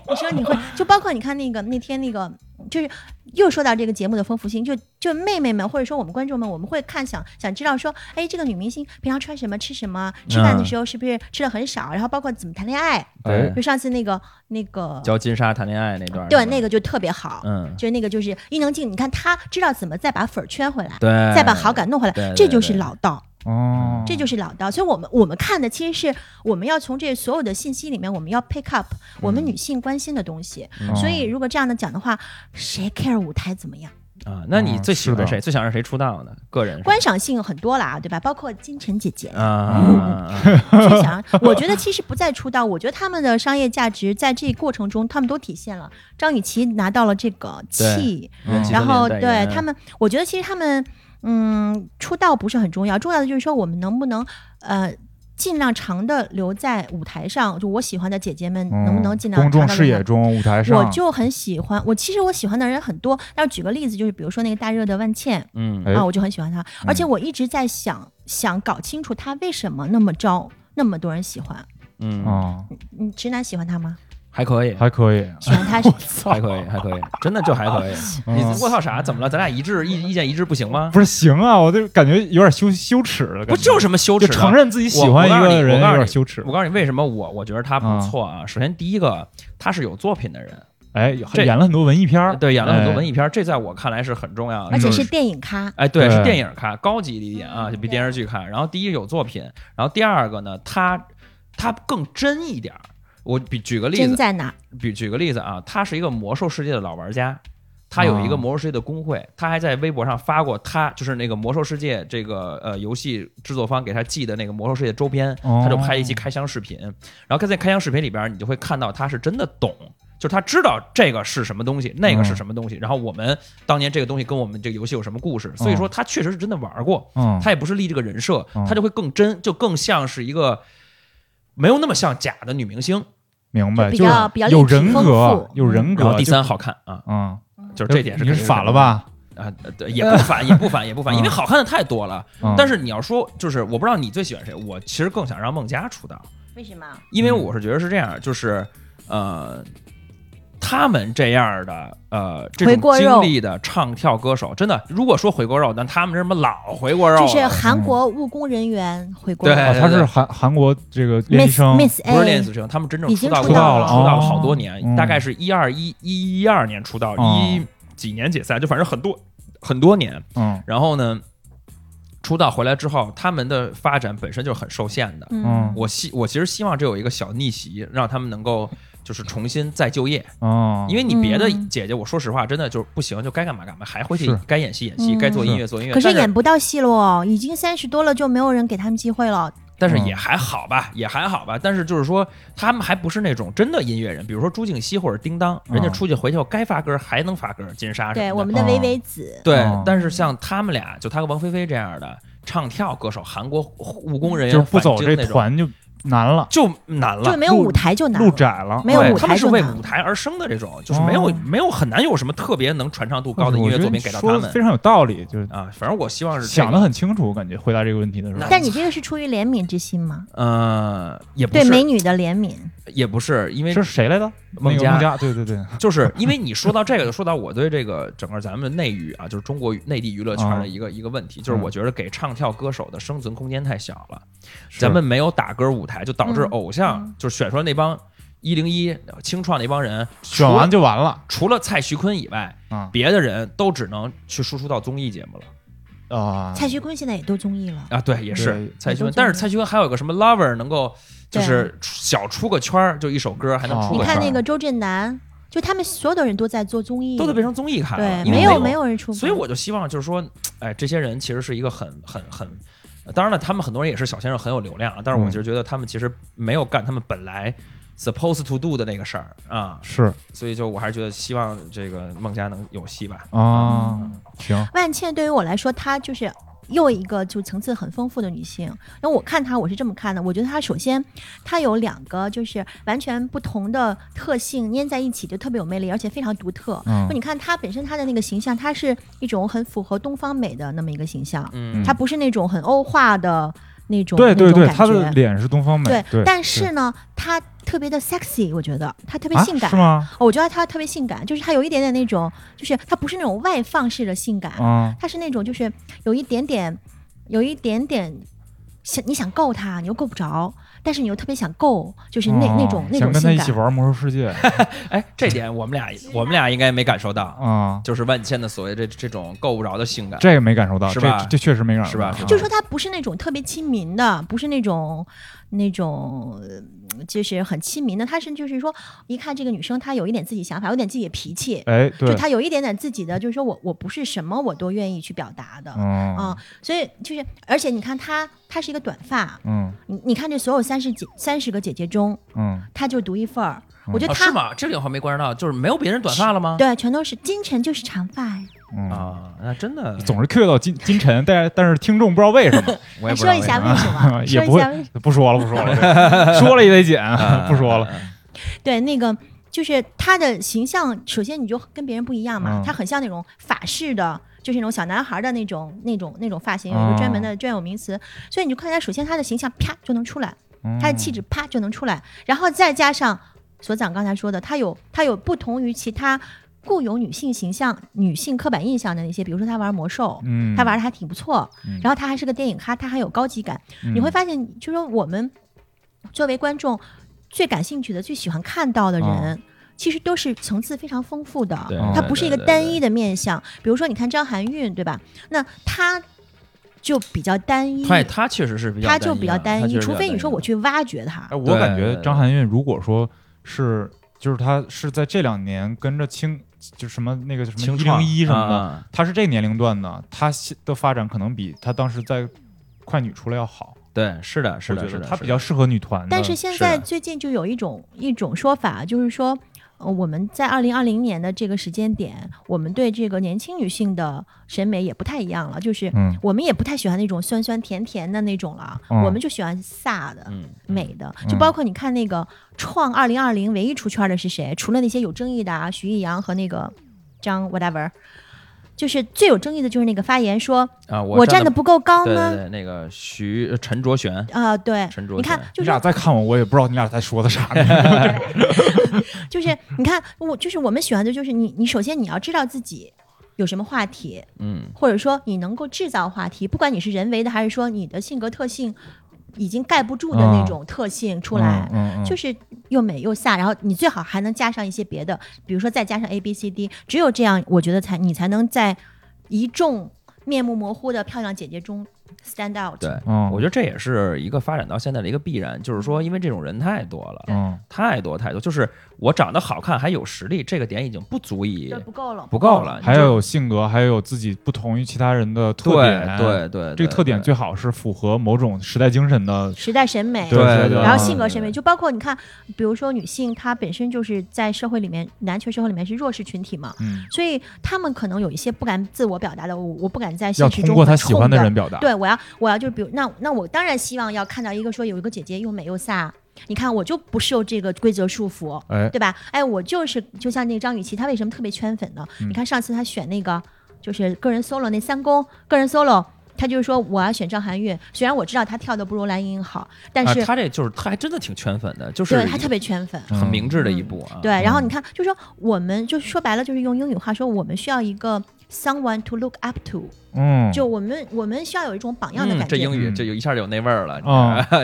S4: 你说你会，就包括你看那个那天那个，就是又说到这个节目的丰富性，就就妹妹们或者说我们观众们，我们会看想想知道说，哎，这个女明星平常穿什么，吃什么，吃饭的
S3: 嗯
S4: 时候是不是吃的很少，然后包括怎么谈恋爱，
S2: 对
S3: 哎，
S4: 就上次那个那个，
S2: 教金莎谈恋爱那段，
S4: 对，那个就特别好，
S2: 嗯，
S4: 就那个就是伊能静，你看她知道怎么再把粉儿圈回来。
S2: 对，
S4: 再把好感弄回来，
S2: 对对
S4: 这就是
S2: 对嗯
S4: 老道，
S3: 哦，
S4: 这就是老道。所以，我们我们看的其实是我们要从这所有的信息里面，我们要 pick up 我
S2: 嗯
S4: 们女性关心的东西。
S3: 嗯
S4: 所以如果这样的讲的话，谁 care 舞台怎么样？
S2: 啊，那你
S3: 嗯
S2: 最喜
S3: 是
S2: 欢
S3: 的
S2: 谁？最想让谁出道呢？个人是
S4: 观赏性很多啦，对吧？包括金晨姐姐
S2: [LAUGHS] 啊，啊，啊
S4: 去想，我觉得其实不再出道，我觉得他们的商业价值在这过程中他们都体现了。张雨绮拿到了这个气，
S2: 人气
S4: 嗯然后
S2: 中年代
S4: 对
S2: 言
S4: 他们，我觉得其实他们嗯出道不是很重要，重要的就是说我们能不能呃。尽量长的留在舞台上，就我喜欢的姐姐们，能不能
S3: 嗯
S4: 尽量
S3: 公
S4: 长
S3: 众
S4: 地
S3: 视
S4: 留
S3: 野
S4: 在
S3: 中、舞台上，
S4: 我就很喜欢，我其实我喜欢的人很多，但是举个例子，就是比如说那个大热的万茜
S2: 嗯
S3: 哎
S4: 啊，我就很喜欢她，而且我一直在想想搞清楚她为什么那么招那么多人喜欢。
S2: 嗯，
S3: 啊，
S4: 嗯，直男喜欢她吗？
S2: 还可以，
S3: 还可以，
S4: 喜欢她是
S2: 还可以，还可以，真的就还可以。你我操啥？怎么了？咱俩一致意意见一致不行吗？
S3: 不是行啊，我就感觉有点羞羞耻了，
S2: 不就是什么羞耻
S3: 就
S2: 呢？
S3: 承认自己喜
S2: 我
S3: 欢
S2: 我
S3: 一
S2: 告诉你
S3: 个人
S2: 我告
S3: 有
S2: 诉
S3: 点
S2: 你
S3: 羞耻
S2: 我，告诉你为什么我我觉得他不错啊。首先第一个，他是有作品的人，
S3: 哎，
S2: 这
S3: 演了很多文艺片儿，
S2: 对，演了很多
S3: 哎
S2: 文艺片儿，这在我看来是很重要的，
S4: 而且
S2: 就是
S4: 电影咖，
S2: 哎，对，是
S3: 对
S2: 电影看，高级一点啊，
S4: 嗯
S2: 就比
S4: 对
S2: 电视剧看。然后第一有作品，然后第二个呢，他他更真一点儿。我比举个例
S4: 真
S2: 子，
S4: 在哪儿？
S2: 比举个例子啊，他是一个魔兽世界的老玩家，他有一个
S3: 哦
S2: 魔兽世界的工会，他还在微博上发过他就是那个魔兽世界这个呃游戏制作方给他寄的那个魔兽世界周边，
S3: 哦
S2: 他就拍一期开箱视频。然后在开箱视频里边儿，你就会看到他是真的懂。就是他知道这个是什么东西，那个是
S3: 嗯
S2: 什么东西，然后我们当年这个东西跟我们这个游戏有什么故事，所以说他确实是真的玩过，
S3: 嗯，
S2: 他也不是立这个人设，
S3: 嗯
S2: 他就会更真，就更像是一个没有那么像假的女明星。
S3: 明白，
S4: 比
S3: 就
S4: 较
S3: 是
S4: 比较
S3: 有
S4: 立体
S3: 人
S4: 丰
S3: 格
S4: 富，
S3: 有人
S2: 嗯然后
S3: 格，
S2: 第
S3: 就
S2: 三好看啊，
S3: 嗯，
S2: 就是这点是
S3: 你
S2: 肯
S3: 是
S2: 定
S3: 反了吧？
S2: 啊，对，也不反，也不反，也
S3: [LAUGHS]
S2: 不反，因为好看的太多了。
S3: 嗯
S2: 但是你要说，就是我不知道你最喜欢谁，我其实更想让孟佳出道，
S4: 为什么？
S2: 因
S3: 嗯
S2: 为我是觉得是这样，就是呃。他们这样的呃，这
S4: 回
S2: 种
S4: 锅
S2: 经
S4: 肉
S2: 历的唱跳歌手，真的，如果说回锅肉，那他们是什么老回锅肉了，
S4: 就是韩国务工人员回国
S2: 对
S3: 啊他
S2: 对
S3: 是韩韩国这个练习
S4: 呃
S3: 生
S4: Miss Miss
S2: 嗯不是练习
S4: A，
S2: 生，他们真正
S4: 哎已经
S2: 道
S4: 出
S2: 出
S4: 道
S2: 了，
S4: 了
S2: 出道了
S3: 哦
S2: 好多年，
S3: 嗯
S2: 大概是一二一一一二年出道，
S3: 哦
S2: 一几年解散，就反正很多很多年。
S3: 嗯
S2: 然后呢，出道回来之后，他们的发展本身就是很受限的。
S4: 嗯
S3: 嗯，
S2: 我希我其实希望这有一个小逆袭，让他们能够就是重新再就业，
S3: 哦，
S2: 因为你别的
S4: 嗯
S2: 姐姐，我说实话，真的就是不行，就该干嘛干嘛，还回去
S3: 是
S2: 该演戏演戏，
S4: 嗯
S2: 该做音乐做音乐。
S4: 可是
S2: 但
S4: 演不到戏了哦，已经三十多了，就没有人给他们机会了。
S2: 但是
S3: 嗯
S2: 也还好吧，也还好吧。但是就是说，他们还不是那种真的音乐人，比如说朱静熙或者叮当，人家
S3: 嗯
S2: 出去回去后该发歌还能发歌，金莎什么
S4: 对
S2: 的
S4: 我们的
S3: 哦
S4: 薇薇子，
S2: 对
S3: 哦
S2: 但是像他们俩，就他和王菲菲这样的唱跳歌手，韩国务工人
S3: 嗯就
S2: 员
S3: 是不走
S2: 返京
S3: 这
S2: 那种，
S3: 团就难了，
S2: 就难
S4: 就
S2: 了。
S4: 没有
S3: 路
S4: 舞台就难
S3: 路
S4: 了。
S3: 窄了，嗯
S4: 没有
S2: 对
S4: 舞
S2: 他
S4: 台
S2: 们是
S4: 就
S2: 为
S4: 难
S2: 舞台而生的这种，就是没有、
S3: 哦
S2: 没有很难有什么特别能传唱度高的音乐作品给到
S3: 我
S2: 他
S3: 觉得你说得非
S2: 们
S3: 常有道理，就是
S2: 啊。反正我希望是、这个、
S3: 想得很清楚，感觉回答这个问题的时候，
S4: 但你这个是出于怜悯之心吗？
S2: 呃，也不
S4: 对美
S2: 是
S4: 女的怜悯，
S2: 也不是，因为
S3: 是谁来的？
S2: 孟
S3: 那个
S2: 佳
S3: 孟佳，对对对，
S2: 就是因为你说到这个，就说到我对这个整个咱们内娱啊，就是中国内地娱乐圈
S3: 哦
S2: 的一个、一个问题，
S3: 嗯
S2: 就是我觉得给唱跳歌手的生存空间太小了，[LAUGHS]
S3: 是
S2: 咱们没有打歌舞台，就导致
S4: 嗯
S2: 偶像、
S4: 嗯
S2: 就是选出来那帮一零一清创那帮人，
S3: 选完就完了
S2: 除了蔡徐坤以外，
S3: 啊，
S2: 别的人都只能去输出到综艺节目了。
S3: 啊，
S4: 蔡徐坤现在也都综艺了，
S2: 啊，对，也是
S3: 对
S2: 蔡徐
S4: 都
S2: 坤，
S4: 这
S2: 但是
S4: 样
S2: 蔡徐坤还有个什么 Lover 能够就
S4: 对啊
S2: 是出小出个圈儿，就一首歌还能
S3: 哦
S2: 出
S4: 你
S2: 个圈
S4: 看
S2: 儿，
S4: 那个周震南，就他们所有的人都在做综艺，
S2: 都得变成综艺看了，因
S4: 对，
S2: 为
S4: 没有没
S2: 有，
S4: 有人出过，
S2: 所以我就希望就是说，哎，这些人其实是一个很很很。呃当然了，他们很多人也是小鲜肉，很有流量啊。但是我
S3: 嗯
S2: 就是觉得他们其实没有干他们本来 supposed to do 的那个事儿啊，
S3: 是
S2: 所以就我还是觉得希望这个孟佳能有戏吧。
S3: 啊，
S4: 嗯
S3: 行，
S4: 万茜对于我来说，她就是又一个就层次很丰富的女性。那我看她，我是这么看的，我觉得她首先她有两个就是完全不同的特性粘在一起，就特别有魅力，而且非常独特。
S3: 嗯
S4: 就你看她本身她的那个形象，她是一种很符合东方美的那么一个形象，
S2: 嗯
S4: 她不是那种很欧化的那种
S3: 对对对，
S4: 那
S3: 他
S4: 种
S3: 的
S4: 感觉。
S3: 脸是东方美，对，
S4: 但是呢，她特别的 sexy，我觉得她特别
S3: 啊
S4: 性感。
S3: 是吗？
S4: 哦我觉得她特别性感，就是她有一点点那种，就是她不是那种外放式的性感，
S3: 啊，
S4: 他是那种就是有一点点，有一点点想你想够他，你又够不着，但是你又特别想够，就是那、
S3: 哦
S4: 那种那
S3: 想跟
S4: 种
S3: 他
S4: 性
S3: 一起
S4: 感。
S3: 玩魔兽世界
S2: 哎，这点我们俩我们俩应该没感受到，
S3: 啊，
S2: 就是万茜的所谓这这种够不着的性感。
S3: 这个没感受到，
S2: 是
S3: 这
S2: 吧
S3: 这确实没感受
S2: 是吧
S3: 到，
S2: 是吧
S4: 就是说，他不是那种特别亲民的，不是那种那种呃就是很亲民的，他是就是说，一看这个女生，她有一点自己想法，有点自己的脾气，
S3: 哎，
S4: 就
S3: 对，
S4: 她有一点点自己的，就是说我我不是什么我都愿意去表达的。
S3: 嗯
S4: 啊、所以就是，而且你看她，她是一个短发，
S3: 嗯
S4: 你你看这所有三十姐三十个姐姐中，
S3: 嗯，
S4: 她就独一份儿。
S3: 嗯
S4: 我觉得
S2: 啊，是
S4: 她、
S2: 吗？这个好像没关注到，就是没有别人短发了吗？
S4: 对，全都是金晨就是长发呀。
S3: 嗯，
S2: 啊，那真的，
S3: 总是 Q 到金金晨，但但是听众不知道为什
S4: [LAUGHS]
S3: 么，
S2: 我也不知
S4: 哎说
S2: 道
S4: 一
S2: 为
S4: 下
S2: 什么
S4: 为什
S3: [LAUGHS]
S4: 么？ [LAUGHS]
S3: 也
S4: 啊说
S3: 不
S4: 一下
S3: 会
S4: 为什么？
S3: 不说了，不
S2: [LAUGHS]
S3: 说了，说了也得剪，
S2: 啊
S3: [LAUGHS] 不说了，
S4: 对，那个就是她的形象，首先你就跟别人不一样嘛，
S3: 嗯
S4: 她很像那种法式的。就是那种小男孩的那种、那种、那种发型，有一个专
S2: 嗯
S4: 门的专有名词，所以你就看她，首先她的形象啪就能出来，
S3: 嗯
S4: 她的气质啪就能出来，然后再加上所长刚才说的，她有她有不同于其他固有女性形象、女性刻板印象的那些，比如说她玩魔兽，
S3: 嗯，
S4: 她玩的还挺不错，
S3: 嗯
S4: 然后她还是个电影咖，她还有高级感。你
S3: 嗯
S4: 会发现，就说我们作为观众最感兴趣的、最喜欢看到的人，
S3: 哦
S4: 其实都是层次非常丰富的
S2: 对，
S4: 它
S2: 对
S4: 不是一
S2: 对
S4: 个
S2: 对
S4: 单
S2: 对
S4: 一的面相。比如说，你看张含韵，对吧？那她就比较单一，
S2: 他他确实是比较单
S4: 她
S2: 一啊，
S4: 就比较单
S2: 他确
S4: 一，
S2: 实
S4: 除非你说我
S2: 比
S4: 去挖掘她
S3: 哎，。我
S2: 对
S3: 感
S2: 对
S3: 觉
S2: 对
S3: 张含韵如果说是，就是她是在这两年跟着青，就什么那个什
S2: 较单
S3: 么
S2: 一
S3: 一零一什么的，
S2: 啊
S3: 她是这个年龄段的，她现的发展可能比她当时在快女出来要好。
S2: 对，是的，是
S3: 我觉
S2: 的，是
S3: 得
S2: 的，
S3: 她
S2: 是
S3: 比
S2: 的
S3: 较适合女团嗯的。
S4: 但是现
S2: 是
S4: 在
S2: 的
S4: 最近就有一种一种说法，啊就是说，呃，我们在二零二零年的这个时间点，我们对这个年轻女性的审美也不太一样了，就是
S3: 嗯
S4: 我们也不太喜欢那种酸酸甜甜的那种了，
S3: 嗯
S4: 我们就喜欢飒的、
S2: 嗯，
S4: 美的。
S3: 嗯
S4: 就包括你看那个创二零二零唯一出圈的是谁？除了那些有争议的啊，徐艺洋和那个张 whatever，就是最有争议的就是那个发言说
S2: 啊，
S4: 我
S2: 站
S4: 得
S2: 的
S4: 不够高
S2: 对对
S4: 吗？
S2: 对，那个徐呃陈卓璇，
S4: 啊、对
S2: 陈，卓
S4: 你看
S2: 璇，
S4: 就
S3: 你
S4: 是
S3: 俩再看我，我也不知道你俩在说的啥。
S4: 就是你看我，就是我们喜欢的就是你，你首先你要知道自己有什么话题，
S2: 嗯，
S4: 或者说你能够制造话题，不管你是人为的还是说你的性格特性已经盖不住的
S2: 嗯
S4: 那种特性出来，
S3: 嗯嗯嗯
S4: 就是又美又飒，然后你最好还能加上一些别的，比如说再加上 A B C D，只有这样，我觉得才你才能在一众面目模糊的漂亮姐姐中 stand out。
S2: 对，
S3: 嗯，
S2: 我觉得这也是一个发展到现在的一个必然，就是说，因为这种人太多了。
S3: 嗯
S2: 太多太多，就是我长得好看还有实力，这个点已经不足以
S4: 这不够了，
S2: 不够。了。你
S3: 还
S2: 就
S3: 要有性格，还要有自己不同于其他人的特
S2: 对
S3: 点。，啊
S2: 对对，
S3: 这个
S2: 对
S3: 特点
S2: 对
S3: 最好是符合某种时代精神的。
S4: 时代审美，
S3: 对对对
S4: 然后
S3: 对
S4: 性格
S2: 对
S4: 审
S2: 对
S4: 美，就包括你看，比如说女性，她本身就是在社会里面，男权社会里面是弱势群体嘛，
S3: 嗯，
S4: 所以他们可能有一些不敢自我表达的，我我不敢在
S3: 要
S4: 现实
S3: 通
S4: 中
S3: 过他
S4: 很
S3: 喜欢
S4: 冲
S3: 的
S4: 的
S3: 人表达。
S4: 对我要我要就比如那那我当然希望要看到一个说有一个姐姐又美又飒，你看我就不受这个规则束缚，
S2: [LAUGHS]
S3: 哎，
S4: 对吧？哎，我就是就像那个张雨绮，她为什么特别圈粉呢？
S3: 嗯
S4: 你看上次她选那个就是个人 solo 那三公个人 solo。她就是说，我要选张含韵。虽然我知道她跳的不如蓝盈莹好，但
S2: 啊
S4: 是、
S2: 他这就是他还真的挺圈粉的，就是啊
S4: 对她特别圈粉。
S3: 嗯
S2: 很明智的一步啊。
S4: 对，然后你看，就是说我们就是说白了，就是用英语话说，我们需要一个 someone to look up to，
S3: 嗯，
S4: 就我们我们需要有一种榜样的
S2: 嗯，
S4: 感
S2: 这
S4: 觉。
S2: 英语
S3: 嗯
S2: 这有一下就有那味儿了，
S3: 啊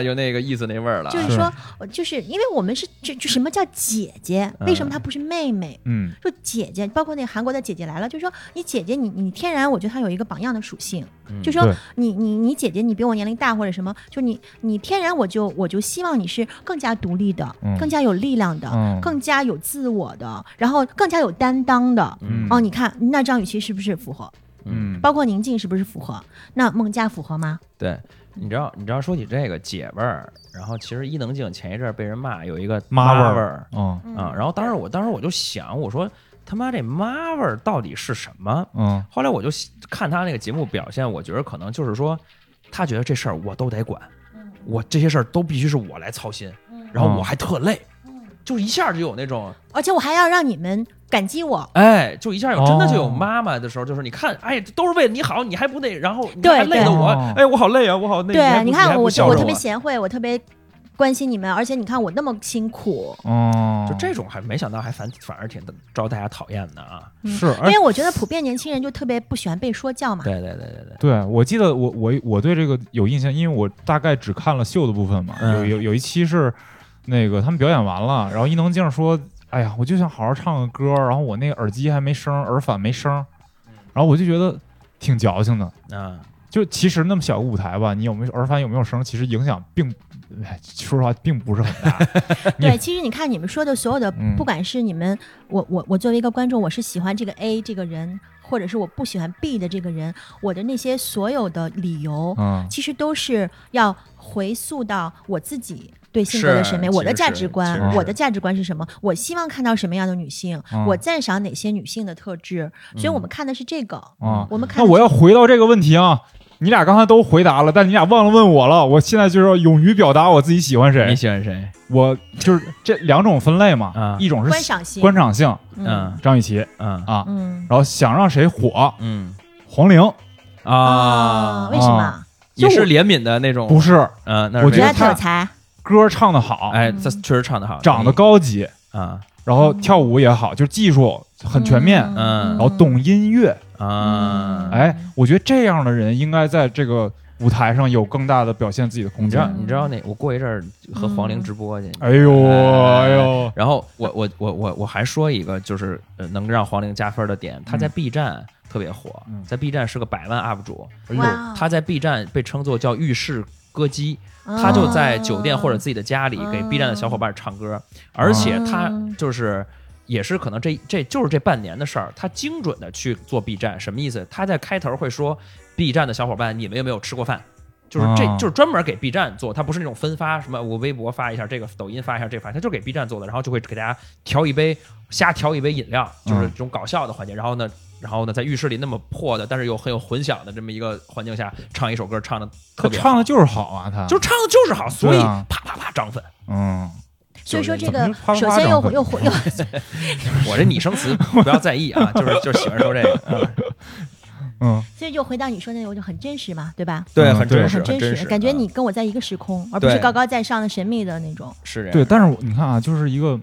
S2: [LAUGHS] 有那个意思那味儿了啊。
S4: 就是
S3: 是
S4: 说，呃就是因为我们是这就什么叫姐姐？
S2: 嗯
S4: 为什么她不是妹妹？
S3: 嗯
S4: 就姐姐，包括那个韩国的姐姐来了，就是说你姐姐你，你天然我觉得她有一个榜样的属性，
S2: 嗯
S4: 就说
S3: 对
S4: 你你你姐姐你比我年龄大或者什么，就你你天然我就我就希望你是更加独立的，
S3: 嗯
S4: 更加有力量的，
S3: 嗯
S4: 啊更加有自我的，然后更加有担当的。
S2: 嗯
S4: 哦，你看那张雨绮是不是符合？
S3: 嗯，
S4: 包括宁静是不是符合？那孟佳符合吗？
S2: 对，你知道，你知道说起这个姐们儿，然后其实伊能静前一阵儿被人骂有一个
S3: 妈味
S2: 味
S3: 儿
S2: 儿
S3: 嗯
S2: 啊，然后当时我当时我就想，我说他妈这妈味儿到底是什么？
S3: 嗯
S2: 后来我就看他那个节目表现，我觉得可能就是说，他觉得这事儿我都得管，我这些事儿都必须是我来操心，然
S4: 嗯
S2: 后我还特累，就一下就有那种，
S4: 而且我还要让你们感激我。
S2: 哎，就一下有真的就有
S3: 哦
S2: 妈妈的时候，就是你看，哎，都是为了你好，你还不得，然后你
S4: 对
S2: 还累
S4: 对
S2: 得我
S3: 哦，
S2: 哎，我好累啊，我好那，还
S4: 对，
S2: 不
S4: 你
S2: 还不
S4: 看
S2: 啊
S4: 我
S2: 孝
S4: 我
S2: 顺
S4: 特别贤惠，我特别关心你们，而且你看我那么辛苦，
S3: 嗯，
S2: 就这种还没想到还反反而挺招大家讨厌的啊！
S3: 是，而
S4: 因为我觉得普遍年轻人就特别不喜欢被说教嘛。
S2: 对对对对对，
S3: 对，我记得我我我对这个有印象，因为我大概只看了秀的部分嘛。
S2: 嗯
S3: 有有有一期是那个他们表演完了，然后伊能静说：“哎呀，我就想好好唱个歌，然后我那个耳机还没声儿，耳返没声儿。”
S2: 嗯
S3: 然后我就觉得挺矫情的。
S2: 啊，
S3: 就其实那么小个舞台吧，你有没有耳返有没有声儿，其实影响并，哎说实话并不是很大。
S2: [LAUGHS]
S3: 你
S4: 对，其实你看你们说的所有的，
S3: 嗯
S4: 不管是你们，我我我作为一个观众，我是喜欢这个 A 这个人，或者是我不喜欢 B 的这个人，我的那些所有的理由，
S3: 嗯
S4: 其实都是要回溯到我自己对性
S2: 是
S4: 格的审美，
S2: 其
S4: 我的
S2: 实
S4: 价
S2: 是
S4: 值
S2: 其
S4: 观
S2: 实，
S4: 我
S2: 是
S4: 的价值观是什么？我希望看到什么样的女性？
S3: 嗯
S4: 我赞赏哪些女性的特质？
S2: 嗯
S4: 所以我们看的是这个。
S3: 啊，
S4: 我们看
S3: 那
S4: 的
S3: 我
S4: 是
S3: 要回到这个问题啊，你俩刚才都回答了，但你俩忘了问我了。我现在就是要勇于表达我自己喜欢谁。
S2: 你喜欢谁？
S3: 我就是这两种分类嘛，
S2: 啊
S3: 一种是
S4: 观赏性，
S3: 观赏性，
S2: 嗯
S3: 张雨绮
S2: 嗯
S3: 啊，
S4: 嗯
S3: 然后想让谁火，
S2: 嗯
S3: 黄龄
S2: 啊
S4: 哦为，什么
S3: 啊？
S2: 也
S3: 就是我
S2: 怜悯的那种，
S3: 不是
S2: 嗯，那
S3: 我
S2: 是
S3: 觉得
S4: 人家
S2: 为
S4: 特有
S3: 他
S4: 才，
S3: 歌唱的好，
S2: 哎，他确实唱得好，嗯
S3: 长得高级，
S2: 啊
S3: 然后跳舞也好，就是技术很全面，
S2: 嗯
S3: 然后懂音乐，
S2: 啊，
S4: 嗯
S3: 哎，我觉得这样的人应该在这个舞台上有更大的表现自己的空
S2: 你知道
S3: 间。
S2: 你知道那我过一阵儿和
S4: 嗯
S2: 黄龄直播去，
S3: 哎呦哎呦，
S2: 然后我我我我我还说一个，就是呃能让黄龄加分的点，他在
S3: 嗯
S2: B 站特别火
S3: 嗯，
S2: 在 B 站是个百万 UP 主，
S3: 哎
S4: 哇
S3: 呦，
S4: 哦，
S2: 他在 B 站被称作叫浴室歌姬，
S4: 嗯
S2: 他就在酒店或者自己的家里给
S4: 嗯
S2: B 站的小伙伴唱歌，而且他就是也是可能这这就是这半年的事儿，他精准的去做 B 站，什么意思？他在开头会说 B 站的小伙伴，你们有没有吃过饭？就是这
S3: 啊
S2: 就是专门给 B 站做，他不是那种分发，什么我微博发一下，这个抖音发一下，这个发一下，他就给 B 站做的，然后就会给大家调一杯，瞎调一杯饮料，就是这种搞笑的环节。然后呢，然后呢，在浴室里那么破的，但是又很有混响的这么一个环境下，唱一首歌，唱的特
S3: 他
S2: 别好
S3: 唱的就是好啊，他
S2: 就是唱的就是好，所以
S3: 对啊
S2: 啪啪啪涨粉。
S3: 嗯，
S4: 所以说这
S3: 怎么
S4: 个
S3: 就夸夸
S4: 首先又
S3: 涨粉
S4: 又又
S2: 我这拟声词不要在意啊，
S3: [LAUGHS]
S2: 就是就是喜欢说这个，
S3: 嗯，
S4: 所以就回到你说那个，就很真实嘛，对吧？
S3: 对
S2: 很
S3: 很真
S2: 真实，
S3: 实嗯
S2: 嗯
S4: 很
S2: 真
S4: 实，感觉你跟我在一个时空，而不是
S2: 对
S4: 高高在上的神秘的那种。
S2: 是这
S3: 对，
S2: 样，
S3: 但是我你看啊，就是一个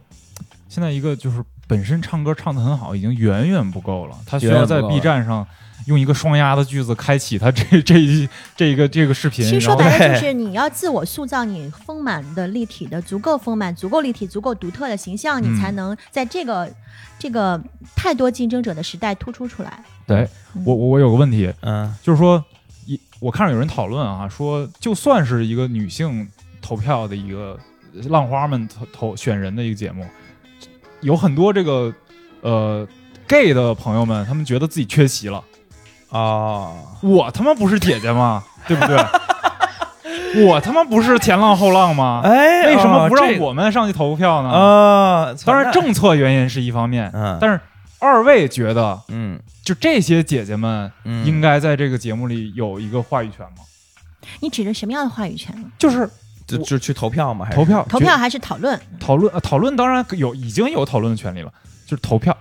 S3: 现在一个就是本身唱歌唱得很好，已经远远不够了，他需
S2: 远
S3: 要
S2: 远不
S3: 在
S2: 够
S3: B
S2: 了
S3: 站上用一个双押的句子开启他这这一这一个这个视频。
S4: 其实说
S3: 然后
S4: 白了
S2: 对
S4: 就是你要自我塑造你丰满的、立体的、足够丰满、足够立体、足够独特的形象，
S3: 嗯
S4: 你才能在这个这个太多竞争者的时代突出出来。
S3: 我我我有个问题，
S2: 嗯
S3: 就是说一我看着有人讨论啊，说就算是一个女性投票的一个呃浪花们投投选人的一个节目，有很多这个呃 gay 的朋友们，他们觉得自己缺席了。
S2: 哦，
S3: 我他妈不是姐姐吗？ [LAUGHS] 对不对？我他妈不是前浪后浪吗？
S2: 哎
S3: 为什么不让我们上去投票呢？
S2: 啊？
S3: 当然，政策原因是一方面，
S2: 嗯
S3: 但是二位觉得，
S2: 嗯
S3: 就这些姐姐们
S2: 嗯
S3: 应该在这个节目里有一个话语权吗？
S4: 你指着什么样的话语权呢？
S3: 就是
S2: 就就去投票吗？还是
S3: 投票，
S4: 哎投票还是讨论？
S3: 决讨论，呃讨论当然有已经有讨论的权利了，就是投票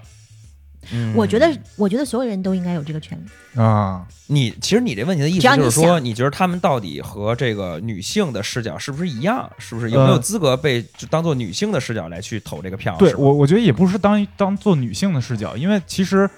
S2: 嗯
S4: 我觉得，我觉得所有人都应该有这个权利。
S3: 啊。
S2: 你其实你这问题的意
S4: 只
S2: 思
S4: 要你
S2: 就是说，
S4: 想
S2: 你觉得他们到底和这个女性的视角是不是一样？是不是有没有
S3: 呃
S2: 资格被就当做女性的视角来去投这个票？
S3: 对
S2: 是吧
S3: 我，我觉得也不是当当做女性的视角，因为其实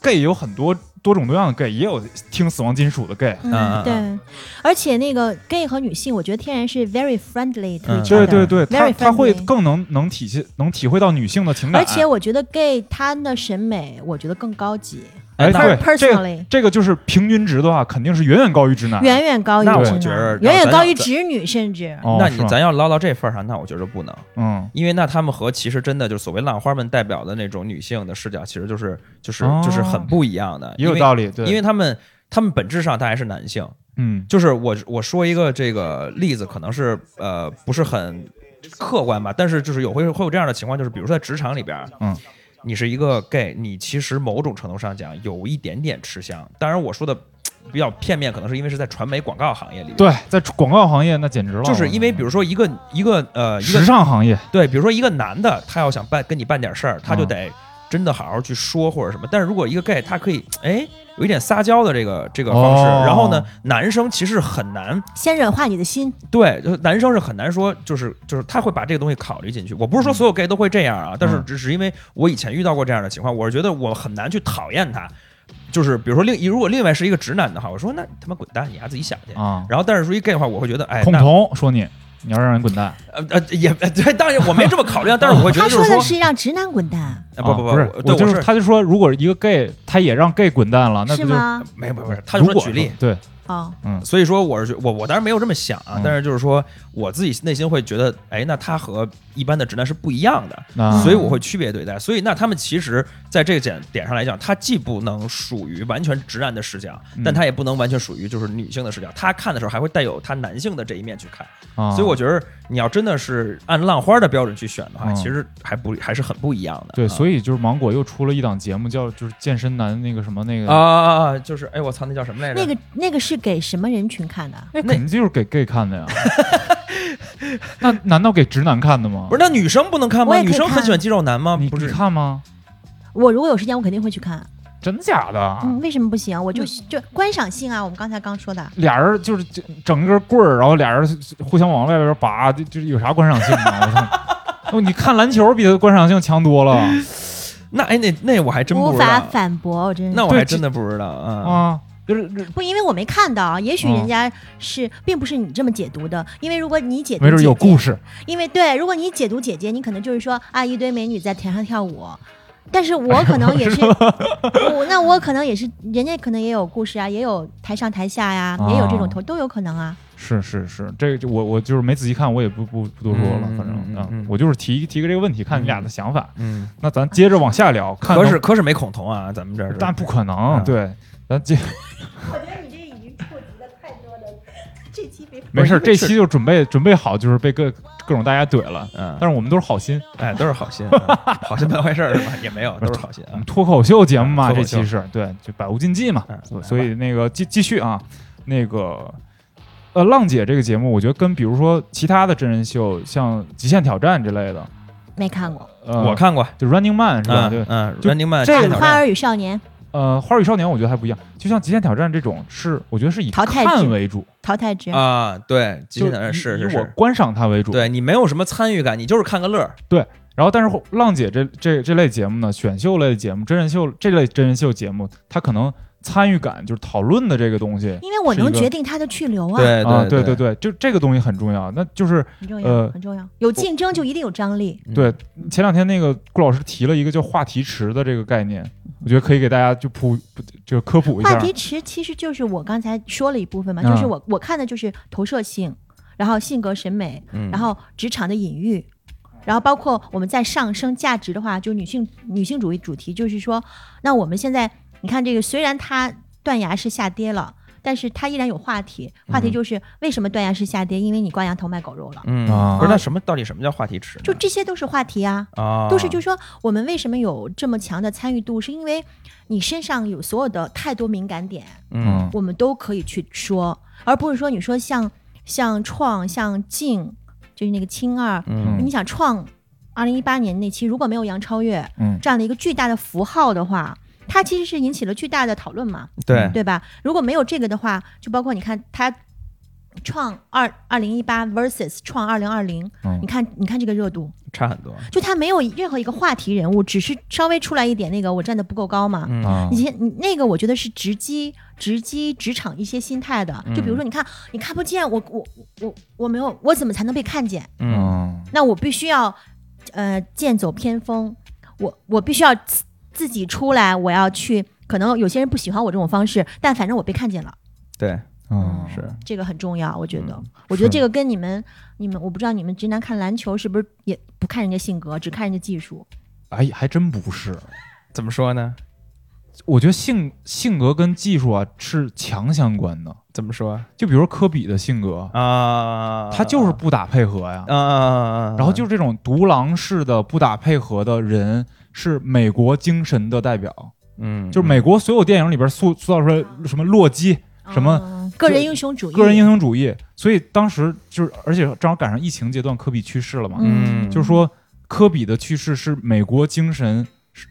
S3: gay 有很多多种多样的 gay，也有听死亡金属的 gay，
S2: 啊
S4: 嗯，对，而且那个 gay 和女性，我觉得天然是 very friendly to
S2: 嗯
S4: each
S3: 对对
S4: other，
S3: 对，他
S4: very
S3: 他会
S4: friendly
S3: 更能能体现能体会到女性的情感，
S4: 而且我觉得 gay 他的审美，我觉得更高级，
S3: 哎，
S2: 那
S3: 对，这个
S4: personally
S3: 这个就是平均值的话，肯定是远远高于直男。
S4: 远远高于
S2: 啊那我
S4: 直男
S2: 觉着
S4: 远远
S2: 咱
S4: 高
S2: 要
S4: 于
S2: 咱
S4: 直女，甚至
S3: 哦，
S2: 那你
S3: 是吗
S2: 咱要捞到这份儿上，那我觉着不能，
S3: 嗯
S2: 因为那他们和其实真的就是所谓浪花们代表的那种女性的视角，其实就是就是
S3: 哦
S2: 就是很不一样的，
S3: 也有
S2: 因为
S3: 道理，对，
S2: 因为他们他们本质上他还是男性。
S3: 嗯
S2: 就是我我说一个这个例子，可能是呃不是很客观吧，但是就是有会会有这样的情况，就是比如说在职场里边，
S3: 嗯，
S2: 你是一个 gay，你其实某种程度上讲有一点点吃香，当然我说的比较片面，可能是因为是在传媒广告行业里，，
S3: 对，在广告行业那简直了，
S2: 就是因为比如说一个一个呃一
S3: 时
S2: 个
S3: 尚行业，
S2: 对，比如说一个男的他要想办跟你办点事儿，
S3: 嗯
S2: 他就得真的好好去说或者什么，但是如果一个 gay 他可以哎。有一点撒娇的这个这个方式，
S3: 哦
S2: 然后呢，男生其实很难
S4: 先软化你的心，
S2: 对，就是男生是很难说，就是就是他会把这个东西考虑进去。我不是说所有 gay 都会这样啊，但是
S3: 嗯
S2: 只是因为我以前遇到过这样的情况，我是觉得我很难去讨厌他。就是比如说另如果另外是一个直男的话，我说那他妈滚蛋，你还自己想去。
S3: 啊，
S2: 然后但是说一 gay 的话，我会觉得哎，
S3: 孔
S2: 那
S3: 彤说你，你要让人滚蛋，
S2: 呃呃也 [LAUGHS] 呃对，当然我没这么考虑，啊但是我会觉
S4: 他
S2: 得就是
S4: 的
S2: 说，
S4: 是让直男滚蛋，
S2: 呃不
S3: 啊
S2: 不
S3: 不是，
S2: 对，
S3: 我就
S2: 我
S3: 是他就说，如果一个 gay，他也让 gay 滚蛋了，那
S4: 是
S3: 不就
S4: 吗？
S2: 没有没有没有，他就
S3: 嗯如
S2: 说
S3: 果
S2: 举例，
S3: 对，
S4: 哦，
S2: 所以说我是觉我我当然没有这么想啊
S3: 嗯，
S2: 但是就是说我自己内心会觉得，哎，那他和一般的直男是不一样的，
S3: 那
S2: 所以我会区别对待。所以那他们其实在这个点点上来讲，他既不能属于完全直男的视角
S3: 嗯，
S2: 但他也不能完全属于就是女性的视角。他看的时候还会带有他男性的这一面去看。
S3: 啊
S2: 所以我觉得你要真的是按浪花的标准去选的话，
S3: 嗯
S2: 其实还不还是很不一样的。啊
S3: 对，所
S2: 以。
S3: 以就是芒果又出了一档节目，叫就是健身男那个什么那个
S2: 啊，啊啊！就是哎，我操，那叫什么来着？
S4: 那个那个是给什么人群看的？
S3: 那肯定就是给 gay 看的呀。 [LAUGHS] 那难道给直男看的吗？
S2: 不是，那女生不能看
S4: 我
S2: 吗？
S4: 也可以
S2: 女生很
S4: 看
S2: 喜欢肌肉男吗？
S3: 你
S2: 不
S3: 你
S2: 是，
S3: 看吗？
S4: 我如果有时间，我肯定会去看。
S2: 啊
S3: 真假的？
S4: 嗯，为什么不行？我就
S2: 嗯
S4: 就观赏性啊，我们刚才刚说的。
S3: 俩人就是整整根棍儿，然后俩人互相往外边拔，这这有啥观赏性啊？我操！
S4: [LAUGHS]
S3: 哦，你看篮球比他观赏性强多了
S4: 嗯
S2: 那哎，那那我还真不
S4: 无
S2: 知
S4: 法
S2: 道，
S4: 反驳，我真是
S2: 那我
S3: 对
S2: 还
S3: 这
S2: 真的不知道啊。
S3: 啊！
S4: 嗯
S3: 就是这
S4: 不，因为我没看到，也许
S3: 嗯
S4: 人家是、并不是你这么解读的，因为如果你解读
S3: 没准有
S4: 姐姐
S3: 故，事，
S4: 因为对，如果你解读姐姐，你可能就是说啊，一堆美女在田上跳舞。但是哎我可能也是， [LAUGHS] 我那我可能也是，人家可能也有故事啊，也有台上台下呀、也有这种头都有可能啊。
S3: 是是是，这个我我就是没仔细看，我也不不不多说了，
S2: 嗯
S3: 反正
S2: 嗯
S3: 啊
S2: 嗯嗯，
S3: 我就是提提个这个问题，看你俩的想法。
S2: 嗯，
S3: 那咱接着往下聊，看
S2: 可
S3: 能
S2: 是可是没孔同啊，咱们这儿是
S3: 但不可
S2: 嗯
S3: 能，对，咱接
S4: 我觉得你这已经触及了太多的，这期没
S3: 没事儿，
S2: 因
S3: 这
S2: 为是
S3: 期就准备准备好，就是被各各种大家怼了，
S2: 嗯，
S3: 但是我们都是好心，
S2: 哎，都是好心，啊好心办坏事儿是吧？也没有，都是好心
S3: 我
S2: 啊
S3: 们。脱口秀节目嘛，
S2: 嗯脱
S3: 这
S2: 口秀
S3: 期是对，就百无禁忌嘛，
S2: 嗯
S3: 所
S2: 来
S3: 所以那个继继续啊，那个呃，浪姐这个节目，我觉得跟比如说其他的真人秀，像《极限挑战》之类的，
S4: 没看过
S3: 呃，
S2: 我看过，
S3: 就《Running Man》是吧？对
S2: 嗯，嗯
S3: 就
S2: ，Running Man
S4: 《
S2: 极限挑
S4: 花
S2: 战
S4: 儿与少年》
S3: 呃，《花儿与少年》我觉得还不一样，就像《极限挑战》这种是，我觉得是以
S4: 淘汰
S3: 看
S4: 制
S3: 为主，
S4: 淘汰制，
S2: 啊，对，极
S3: 就
S2: 限挑战
S3: 以
S2: 是
S3: 以
S2: 是
S3: 我
S2: 是，
S3: 观赏它为主。
S2: 对你没有什么参与感，你就是看个乐儿。
S3: 然后，但是浪姐这这这类节目呢，选秀类的节目、真人秀这类真人秀节目，它可能参与感就是讨论的这个东西
S4: 因为我
S3: 是一
S4: 能
S3: 个
S4: 决定它的去留啊，
S2: 对
S3: 啊，
S2: 对
S3: 对对，就这个东西很重要。那就是
S4: 很重要，
S3: 呃
S4: 很重要。有竞争就一定有张力。
S2: 嗯
S3: 对前两天那个顾老师提了一个叫话题池的这个概念，我觉得可以给大家就普就科普一
S4: 话
S2: 啊
S3: 下。
S4: 题池其实就是我刚才说了一部分嘛，
S3: 嗯
S4: 就是我我看的就是投射性，然后性格审美，
S2: 嗯
S4: 然后职场的隐喻，然后包括我们在上升价值的话，就女性女性主义主题，就是说，那我们现在你看这个，虽然它断崖式下跌了。但是它依然有话题，话题就是为什么断崖式下跌？因为你挂羊头卖狗肉了，
S2: 嗯
S3: 啊，
S2: 不是，那什么到底什么叫话题池呢？
S4: 就这些都是话题啊。
S2: 啊，
S4: 都是就是说，我们为什么有这么强的参与度，是因为你身上有所有的太多敏感点，
S2: 嗯
S3: 嗯
S4: 我们都可以去说，而不是说你说像像创像静，就是那个青二，
S2: 嗯
S4: 你想创二零一八年那期如果没有杨超越
S3: 嗯
S4: 这样的一个巨大的符号的话，它其实是引起了巨大的讨论嘛，
S2: 对
S4: 对吧？如果没有这个的话，就包括你看它。创二二零一八 versus 创二零二零，
S3: 嗯
S4: 你看，你看这个热度，
S2: 差很多。
S4: 就他没有任何一个话题人物，只是稍微出来一点那个我站得不够高嘛。
S2: 嗯
S3: 啊
S4: 你先，你那个我觉得是直击直击职场一些心态的，
S3: 嗯
S4: 就比如说你看，你看不见我，我我我没有，我怎么才能被看见？
S2: 嗯
S3: 嗯
S4: 那我必须要，呃，剑走偏锋，我我必须要自自己出来，我要去可能有些人不喜欢我这种方式，但反正我被看见了，
S2: 对，
S3: 嗯，
S2: 是
S4: 这个很重要。我觉得，
S2: 嗯
S4: 我觉得
S3: 是
S4: 这个跟你们你们，我不知道你们直男看篮球是不是也不看人家性格，只看人家技术。
S3: 哎，还真不是。
S2: 怎么说呢？
S3: 我觉得性性格跟技术啊是强相关的。
S2: 怎么说
S3: 就比如说科比的性格，
S2: 啊？
S3: 他就是不打配合呀。
S2: 啊，
S3: 然后就是这种独狼式的不打配合的人，是美国精神的代表。
S2: 嗯，
S3: 就是美国所有电影里边塑塑造出来什么洛基、什么
S4: 嗯个人英雄主义？
S3: 个人英雄主义，所以当时就是，而且正好赶上疫情阶段，科比去世了嘛，
S2: 嗯
S3: 就是说科比的去世是美国精神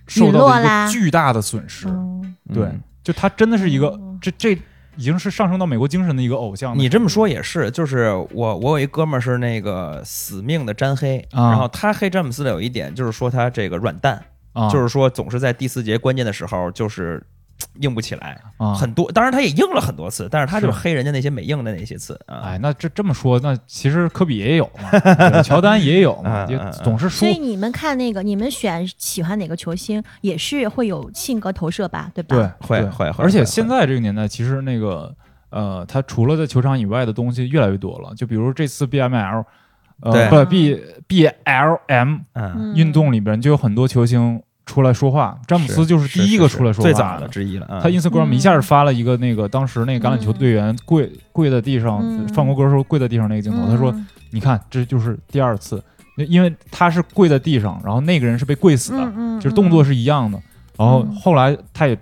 S3: 受到了
S4: 陨落
S3: 一个
S4: 啦
S3: 巨大的损失。
S4: 嗯
S3: 对，
S2: 嗯
S3: 就他真的是一个
S4: 嗯
S3: 这这已经是上升到美国精神的一个偶像了。
S2: 你这么说也是，就是我我有一哥们儿是那个死命的沾黑，
S3: 啊
S2: 然后他黑詹姆斯的有一点就是说他这个软蛋，
S3: 啊，
S2: 就是说总是在第四节关键的时候就是嘖硬不起来，
S3: 啊，
S2: 很多当然他也硬了很多次，但是他就是
S3: 是
S2: 黑人家那些没硬的那些次啊
S3: 哎，，那这这么说，那其实科比也有嘛，
S2: [LAUGHS]
S3: 对乔丹也有嘛，
S2: 嗯
S3: 也
S2: 嗯嗯
S3: 总是输
S4: 所以你们看那个，你们选喜欢哪个球星，也是会有性格投射吧，对吧？
S3: 对，
S2: 会
S3: 对
S2: 会会
S3: 而且
S2: 会
S3: 现在这个年代，其实那个呃，它除了在球场以外的东西越来越多了，就比如这次 BML，
S2: 对
S3: 呃，不 B BLM
S2: 嗯，
S4: 嗯
S3: 运动里边就有很多球星出来说话，詹姆斯就是第一个出来说话
S2: 最早的。之一了，嗯
S3: 他 Instagram
S4: 嗯
S3: 一下发了一个那个当时那个橄榄球队员跪跪在地上
S4: 嗯
S3: 放国歌时候跪在地上那个镜头，他说
S4: 嗯：“
S3: 你看，这就是第二次，因为他是跪在地上，然后那个人是被跪死的，
S4: 嗯嗯，
S3: 就是动作
S4: 嗯
S3: 是一样的。然后后来他也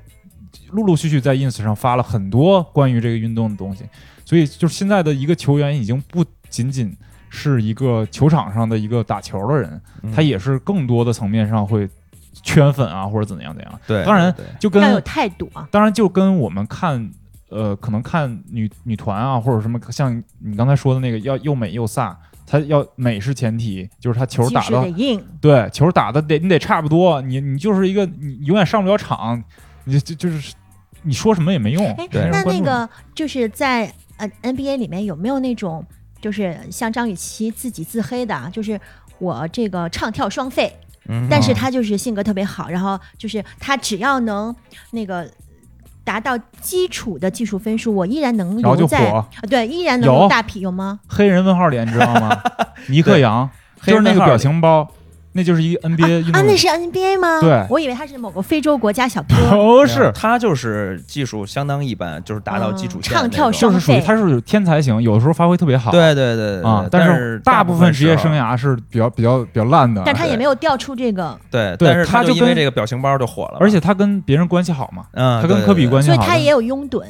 S3: 陆陆续续在 ins 上发了很多关于这个运动的东西，所以就是现在的一个球员已经不仅仅是一个球场上的一个打球的人，
S2: 嗯
S3: 他也是更多的层面上会圈粉啊或者怎样怎样，
S2: 对，
S3: 当然
S2: 对对
S3: 就
S4: 要有
S3: 跟
S4: 态度啊。
S3: 当然就跟我们看。呃，可能看女女团啊，或者什么，像你刚才说的那个，要又美又飒，她要美是前提，就是她球
S4: 技
S3: 打
S4: 术
S3: 到
S4: 得硬，
S3: 对，球打的得你得差不多，你你就是一个你你永远上不了场，你就就就是你说什么也没用。
S4: 哎，
S2: 对
S3: 没
S4: 那
S3: 人
S4: 那
S3: 关注你
S4: 个就是在呃 NBA 里面有没有那种就是像张雨绮自己自黑的，啊？就是我这个唱跳双废，
S2: 嗯
S4: 但是
S3: 哦
S4: 她就是性格特别好，然后就是她只要能那个。达到基础的技术分数，我依然能
S3: 然后
S4: 留
S3: 就
S4: 在
S3: 火
S4: 呃对，依然能
S3: 有
S4: 留大批有吗？
S3: 黑人问号脸，你知道
S4: [LAUGHS]
S3: 吗？尼克杨
S2: 黑
S3: 就
S2: 人
S3: 是那个
S2: 问号
S3: 表
S2: 脸
S3: 情包，那就是一个 NBA 运
S4: 啊，
S3: 动
S4: 那
S3: 员，
S4: 是 NBA 吗？
S3: 对
S4: 我以为他是某个非洲国
S3: [LAUGHS]
S4: 家小哥。
S3: 不
S2: 没有
S3: 哦是，
S2: 啊他就是技术相当一般，就是达到基础
S4: 嗯
S2: 线的那
S4: 唱跳
S2: 种
S4: 双
S3: 就是属于
S4: 浪费
S3: 他是有天才型，有的时候发挥特别好，
S2: 对对对对
S3: 啊
S2: 对，
S3: 但
S2: 是
S3: 大部分职业
S2: 时候
S3: 生涯是比较比较比较烂的，
S4: 但他也
S2: 对
S4: 没有调出这个，
S2: 对，
S3: 对
S2: 但是
S3: 他
S2: 就
S3: 就
S2: 因为
S3: 跟
S2: 这个表情包就火了嘛，
S3: 而且他跟别人关系好嘛，
S2: 嗯，
S3: 他跟
S2: 对
S3: 科比，关系
S4: 所以
S3: 好，
S4: 他也有拥趸，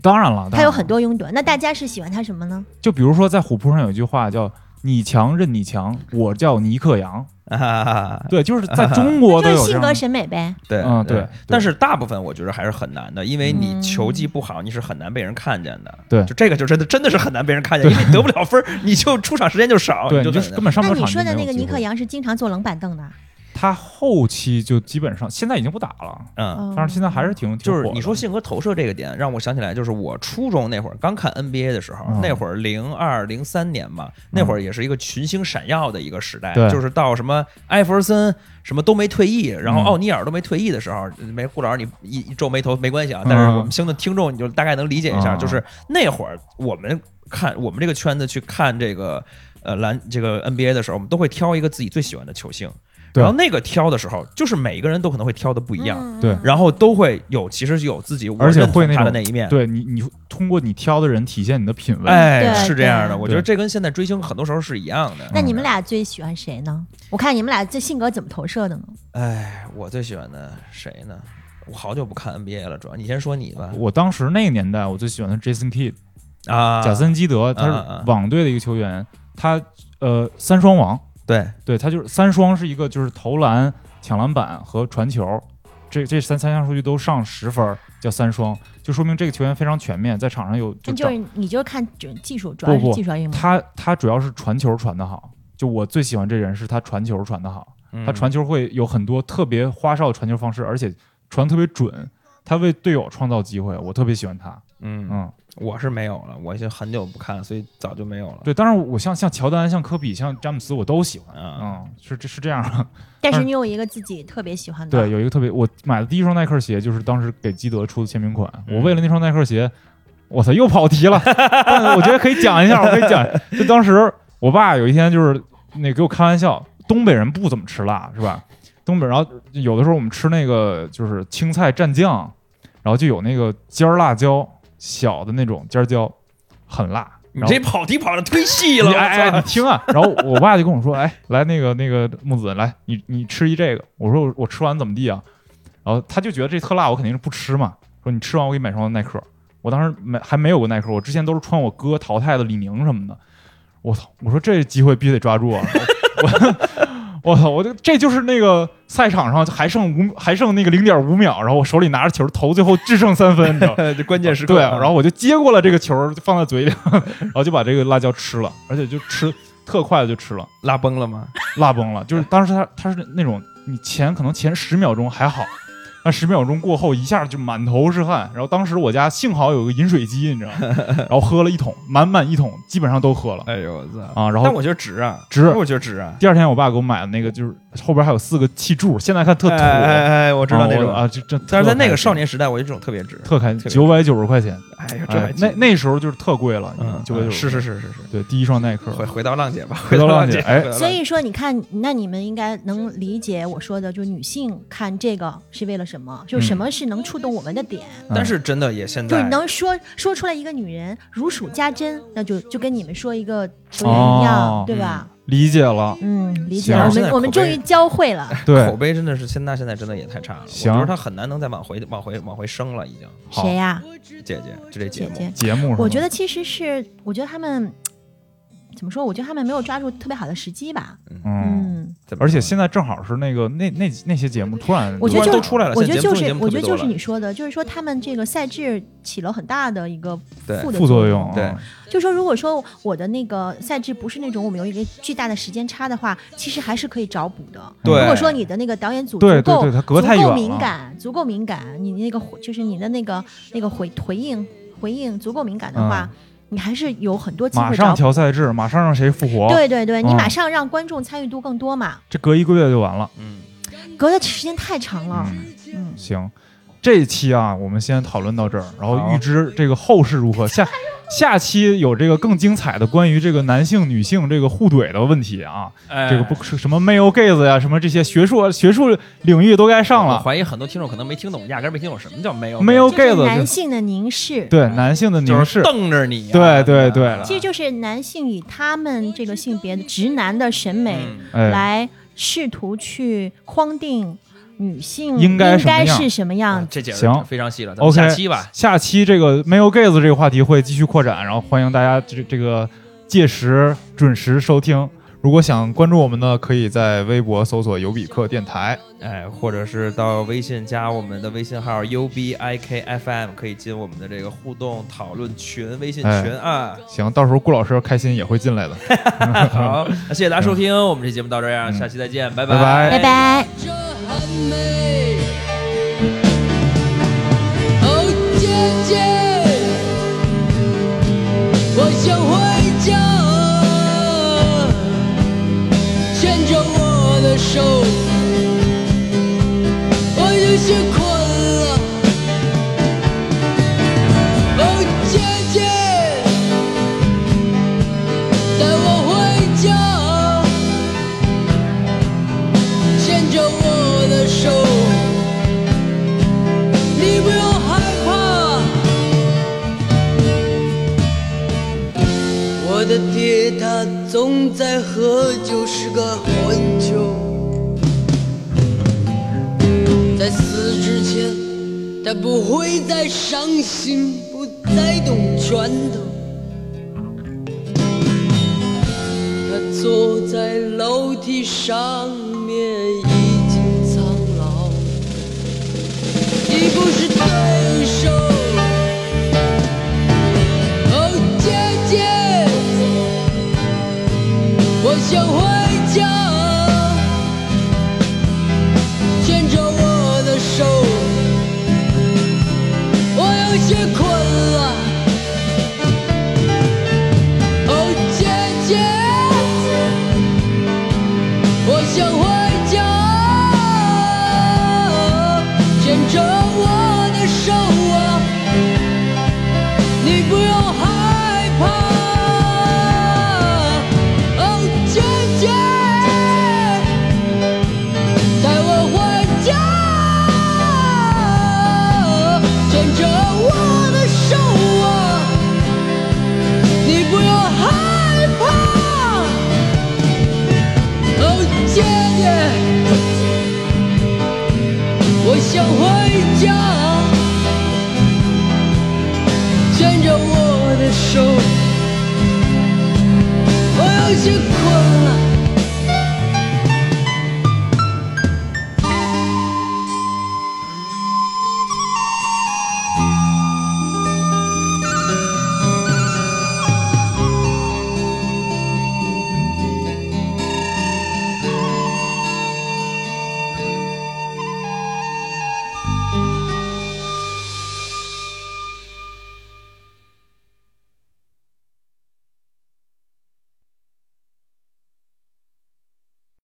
S3: 当然了，当
S4: 他有
S3: 然
S4: 很
S3: 了
S4: 多拥趸。那大家是喜欢他什么呢？
S3: 就比如说在虎扑上有一句话叫“你强任你强，我叫尼克杨
S2: 对对啊”，，
S3: 对，就是
S2: [LAUGHS]
S3: 在中国都
S4: 就
S3: 有这
S4: 是性
S3: 样
S4: 格
S3: 的
S4: 审美呗。
S2: 对，
S3: 嗯对
S2: 对
S3: 对。
S2: 但是大部分我觉得还是很难的，因为你
S4: 嗯
S2: 球技不好，你是很难被人看见的。
S3: 对
S2: 就这个就真的真的是很难被人看见，因为你得不了分儿，你就出场时间就少，
S3: 对，
S2: 哦你
S3: 你
S2: 就
S3: 就是根本上不
S4: 那
S3: 了
S4: 你
S3: 场。
S4: 说的
S3: 就
S4: 那
S3: 没有
S4: 个
S3: 机
S4: 尼克
S3: 会，
S4: 杨是经常坐冷板凳的，
S3: 他后期就基本上现在已经不打了，
S4: 哦
S2: 嗯。
S3: 但是现在还是挺挺
S2: 就
S3: 火
S2: 是
S3: 的
S2: 你说性格投射这个点，让我想起来，就是我初中那会儿刚看 NBA 的时候，
S3: 嗯
S2: 那会儿零二零三年嘛，那会儿也是一个群星闪耀的一个时代，
S3: 对
S2: 就是到什么艾弗森什么都没退役，然后
S3: 嗯
S2: 奥尼尔都没退役的时候，没顾老师你一一皱眉头没关系啊，但是
S3: 嗯
S2: 我们听的听众你就大概能理解一下，
S3: 嗯
S2: 就是那会儿我们看我们这个圈子去看这个呃篮这个 NBA 的时候，我们都会挑一个自己最喜欢的球星。
S3: 对
S2: 然后那个挑的时候，就是每个人都可能会挑的不一样，
S4: 嗯
S3: 对
S2: 然后都会有，其实有自己我
S3: 而且
S2: 认同
S3: 会那
S2: 他的
S3: 种
S2: 那一面。
S3: 对你你通过你挑的人体现你的品味，
S2: 哎，
S4: 对
S2: 是这样的，
S4: 对
S2: 我觉得这跟现在追星很多时候是一样的。
S4: 那你们俩最喜欢谁呢？我看你们俩这性格怎么投射的呢？
S2: 哎，我最喜欢的谁呢？我好久不看 NBA 了，主要你先说你吧。
S3: 我当时那个年代我最喜欢的 Jason Kidd，
S2: 啊，
S3: 贾森基德，他
S2: 啊啊啊
S3: 是网队的一个球员，他呃三双王，
S2: 对，
S3: 对他就是三双是一个就是投篮、抢篮板和传球，这这三三项数据都上十分儿，叫三双，就说明这个球员非常全面，在场上有就
S4: 那就
S3: 找
S4: 是你就是看准技术，主要
S3: 不
S4: 是技术要硬吗？
S3: 他他主要是传球传得好，就我最喜欢这人是他传球传得好，
S2: 嗯
S3: 他传球会有很多特别花哨的传球方式，而且传得特别准，他为队友创造机会，我特别喜欢他。
S2: 嗯
S3: 嗯，
S2: 我是没有了，我就很久不看，所以早就没有了。
S3: 对，当然我像像乔丹、像科比、像詹姆斯，我都喜欢。
S2: 啊
S3: 嗯，是这是这样的。但
S4: 但是
S3: 是
S4: 你有一个自己特别喜欢的，
S3: 嗯对，有一个特别，我买的第一双耐克鞋就是当时给基德出的签名款。
S2: 嗯
S3: 我为了那双耐克鞋，我操，又跑题了。但我觉得可以讲一下，我可以讲。就当时我爸有一天就是那给我开玩笑，东北人不怎么吃辣是吧？东北，然后有的时候我们吃那个就是青菜蘸酱，然后就有那个尖儿辣椒，小的那种尖儿椒，很辣。
S2: 你
S3: 然后
S2: 这跑题跑的忒细了，
S3: 你
S2: 我
S3: 哎哎，你
S2: 操！
S3: 听啊！然后我爸就跟我说，哎，来那个那个木子，来你你吃一这个。我说我我吃完怎么地啊？然后他就觉得这特辣，我肯定是不吃嘛。说你吃完我给你买双耐克。我当时没还没有过耐克，我之前都是穿我哥淘汰的李宁什么的。我操！我说这机会必须得抓住啊！我 [LAUGHS] 我操！我就这就是那个赛场上还剩五还剩那个零点五秒，然后我手里拿着球投最后制胜三分，你知道吗？
S2: 哎 [LAUGHS] 这关键时刻，嗯
S3: 对，啊然后我就接过了这个球，就放在嘴里， [LAUGHS] 然后就把这个辣椒吃了，而且就吃特快的就吃了，
S2: 拉崩了吗？
S3: 辣崩了。就是当时他他是那种你前可能前十秒钟还好，那十秒钟过后一下就满头是汗。然后当时我家幸好有个饮水机，你知道吗？ [LAUGHS] 然后喝了一桶，满满一桶，基本上都喝了
S2: 哎呦我操！
S3: 啊。然
S2: 但
S3: 后
S2: 我觉得值啊，
S3: 值
S2: 我觉得值啊。
S3: 第二天我爸给我买的那个就是后边还有四个气柱，现在看特土，
S2: 哎哎哎，我知道那
S3: 啊
S2: 种
S3: 我啊，就这。
S2: 但是在
S3: 特开
S2: 那个
S3: 心
S2: 少年时代，我觉得这种特别值。
S3: 特开
S2: 特别
S3: 九百九十块钱，
S2: 哎呀，这还
S3: 哎那
S2: 记得
S3: 那时候就是特贵了，
S2: 嗯
S3: 九百九
S2: 嗯是是是是是，
S3: 对第一双耐克，
S2: 回回到浪姐吧，
S3: 回到
S2: 浪
S3: 浪姐哎
S2: 哎，回到
S4: 所
S2: 浪姐
S4: 以说，你看，那你们应该能理解我说的，就是女性看这个是为了什么，就是什么是能触动我们的点，
S2: 但是真的也现
S4: 就是
S2: 在
S4: 能说说出来一个女人如数家珍，那就就跟你们说一个球员
S3: 哦
S4: 一样，对吧？
S3: 理解了，
S4: 嗯，理解
S3: 行
S4: 了，我
S2: 现在
S4: 们我们
S2: 口
S4: 终
S2: 碑
S4: 于教会了。
S3: 对
S2: 口，碑真的是现在现在真的也太差了，我
S3: 行
S2: 觉得他很难能再往回往回往回升了，已经。
S3: [LAUGHS] 好
S4: 谁呀、
S2: 姐姐，就这节
S4: 姐
S2: 目，
S4: 姐？
S3: 节目是吗
S4: 我觉得其实是，我觉得他们怎么说？我觉得他们没有抓住特别好的时机吧。
S3: 嗯，
S4: 嗯，
S2: 怎么
S3: 而且
S2: 说
S3: 现在正好是那个那那那些节目突然，
S4: 我觉
S2: 突然
S4: 得就是
S2: 都出来了，
S4: 我
S2: 现
S4: 觉
S2: 在节
S4: 得
S2: 目综
S4: 就
S2: 艺节
S4: 是，
S2: 目
S4: 我觉得
S2: 特别
S4: 就
S2: 多
S4: 是
S2: 了
S4: 你说的，就是说他们这个赛制起了很大的一个
S2: 对
S4: 负的
S3: 副作用，
S2: 对
S3: 嗯
S4: 就说如果说我的那个赛制不是那种我们有一个巨大的时间差的话，其实还是可以找补的。
S2: 对
S4: 如果说你的那个导演组足
S3: 对
S4: 够
S3: 对对它隔太
S4: 足
S3: 远
S4: 够
S3: 了
S4: 敏感，足够敏感，你那个回就是你的那个那个回回应回应足够敏感的话，你还是有很多机
S3: 嗯马
S4: 会
S3: 上
S4: 找补。
S3: 调赛制，马上让谁复活，
S4: 对对对，你
S3: 嗯
S4: 马上让观众参与度更多嘛，
S3: 这隔一个月就完了，
S2: 嗯，
S4: 隔的时间太长了。
S3: 嗯，
S4: 嗯，
S3: 行，这一期啊，我们先讨论到这儿，然后
S2: 好
S3: 预知这个后事如何，下下期有这个更精彩的关于这个男性女性这个互怼的问题啊，
S2: 哎
S3: 这个不是什么 male gaze 呀，什么这些学术学术领域都该上
S2: 我
S3: 了，
S2: 怀疑很多听众可能没听懂，压根儿没听懂什么叫没有
S3: 没有
S4: 就是
S3: gaze
S4: 男
S3: 就
S4: 性的凝视。
S3: 对男性的
S2: 哎就
S3: 凝
S2: 是
S3: 视，
S2: 瞪着你啊，
S3: 对对对
S2: 啊
S4: 其实就是男性以他们这个性别的直男的审美，
S2: 嗯
S3: 哎，
S4: 来试图去框定女性
S3: 应该什么样
S4: 是什么样。
S2: 这解释
S3: 行
S2: 非常细了，咱们
S3: OK
S2: 下期吧，
S3: 下期这个 male gaze 这个话题会继续扩展，然后欢迎大家这这个届时准时收听。如果想关注我们呢，可以在微博搜索“尤比克电台
S2: 哎，或者是到微信加我们的微信号 U B I K F M，可以进我们的这个互动讨论群，微信群啊”。。
S3: 行，到时候顾老师开心也会进来的。
S2: 好，那谢谢大家收听，我们这节目到这样，下期再见，拜
S3: 拜拜
S4: 拜拜。
S5: 这很美。哦，姐姐，我想回家，牵着我的手，我有些困了。哦，姐姐，带我回家。牵着我的手，你不用害怕。我的爹他总在喝酒，是个混球。在死之前，他不会再伤心，不再动拳头。他坐在楼梯上面，已经苍老。你不是对手，哦，姐姐，我想回家，牵着我的手，我有些困了。哦想回家，牵着我的手啊，你不用害怕，哦，姐姐，带我回家，牵着我的手啊，你不用害怕。哦，姐姐，我想回家，牵着我的手，我有些困。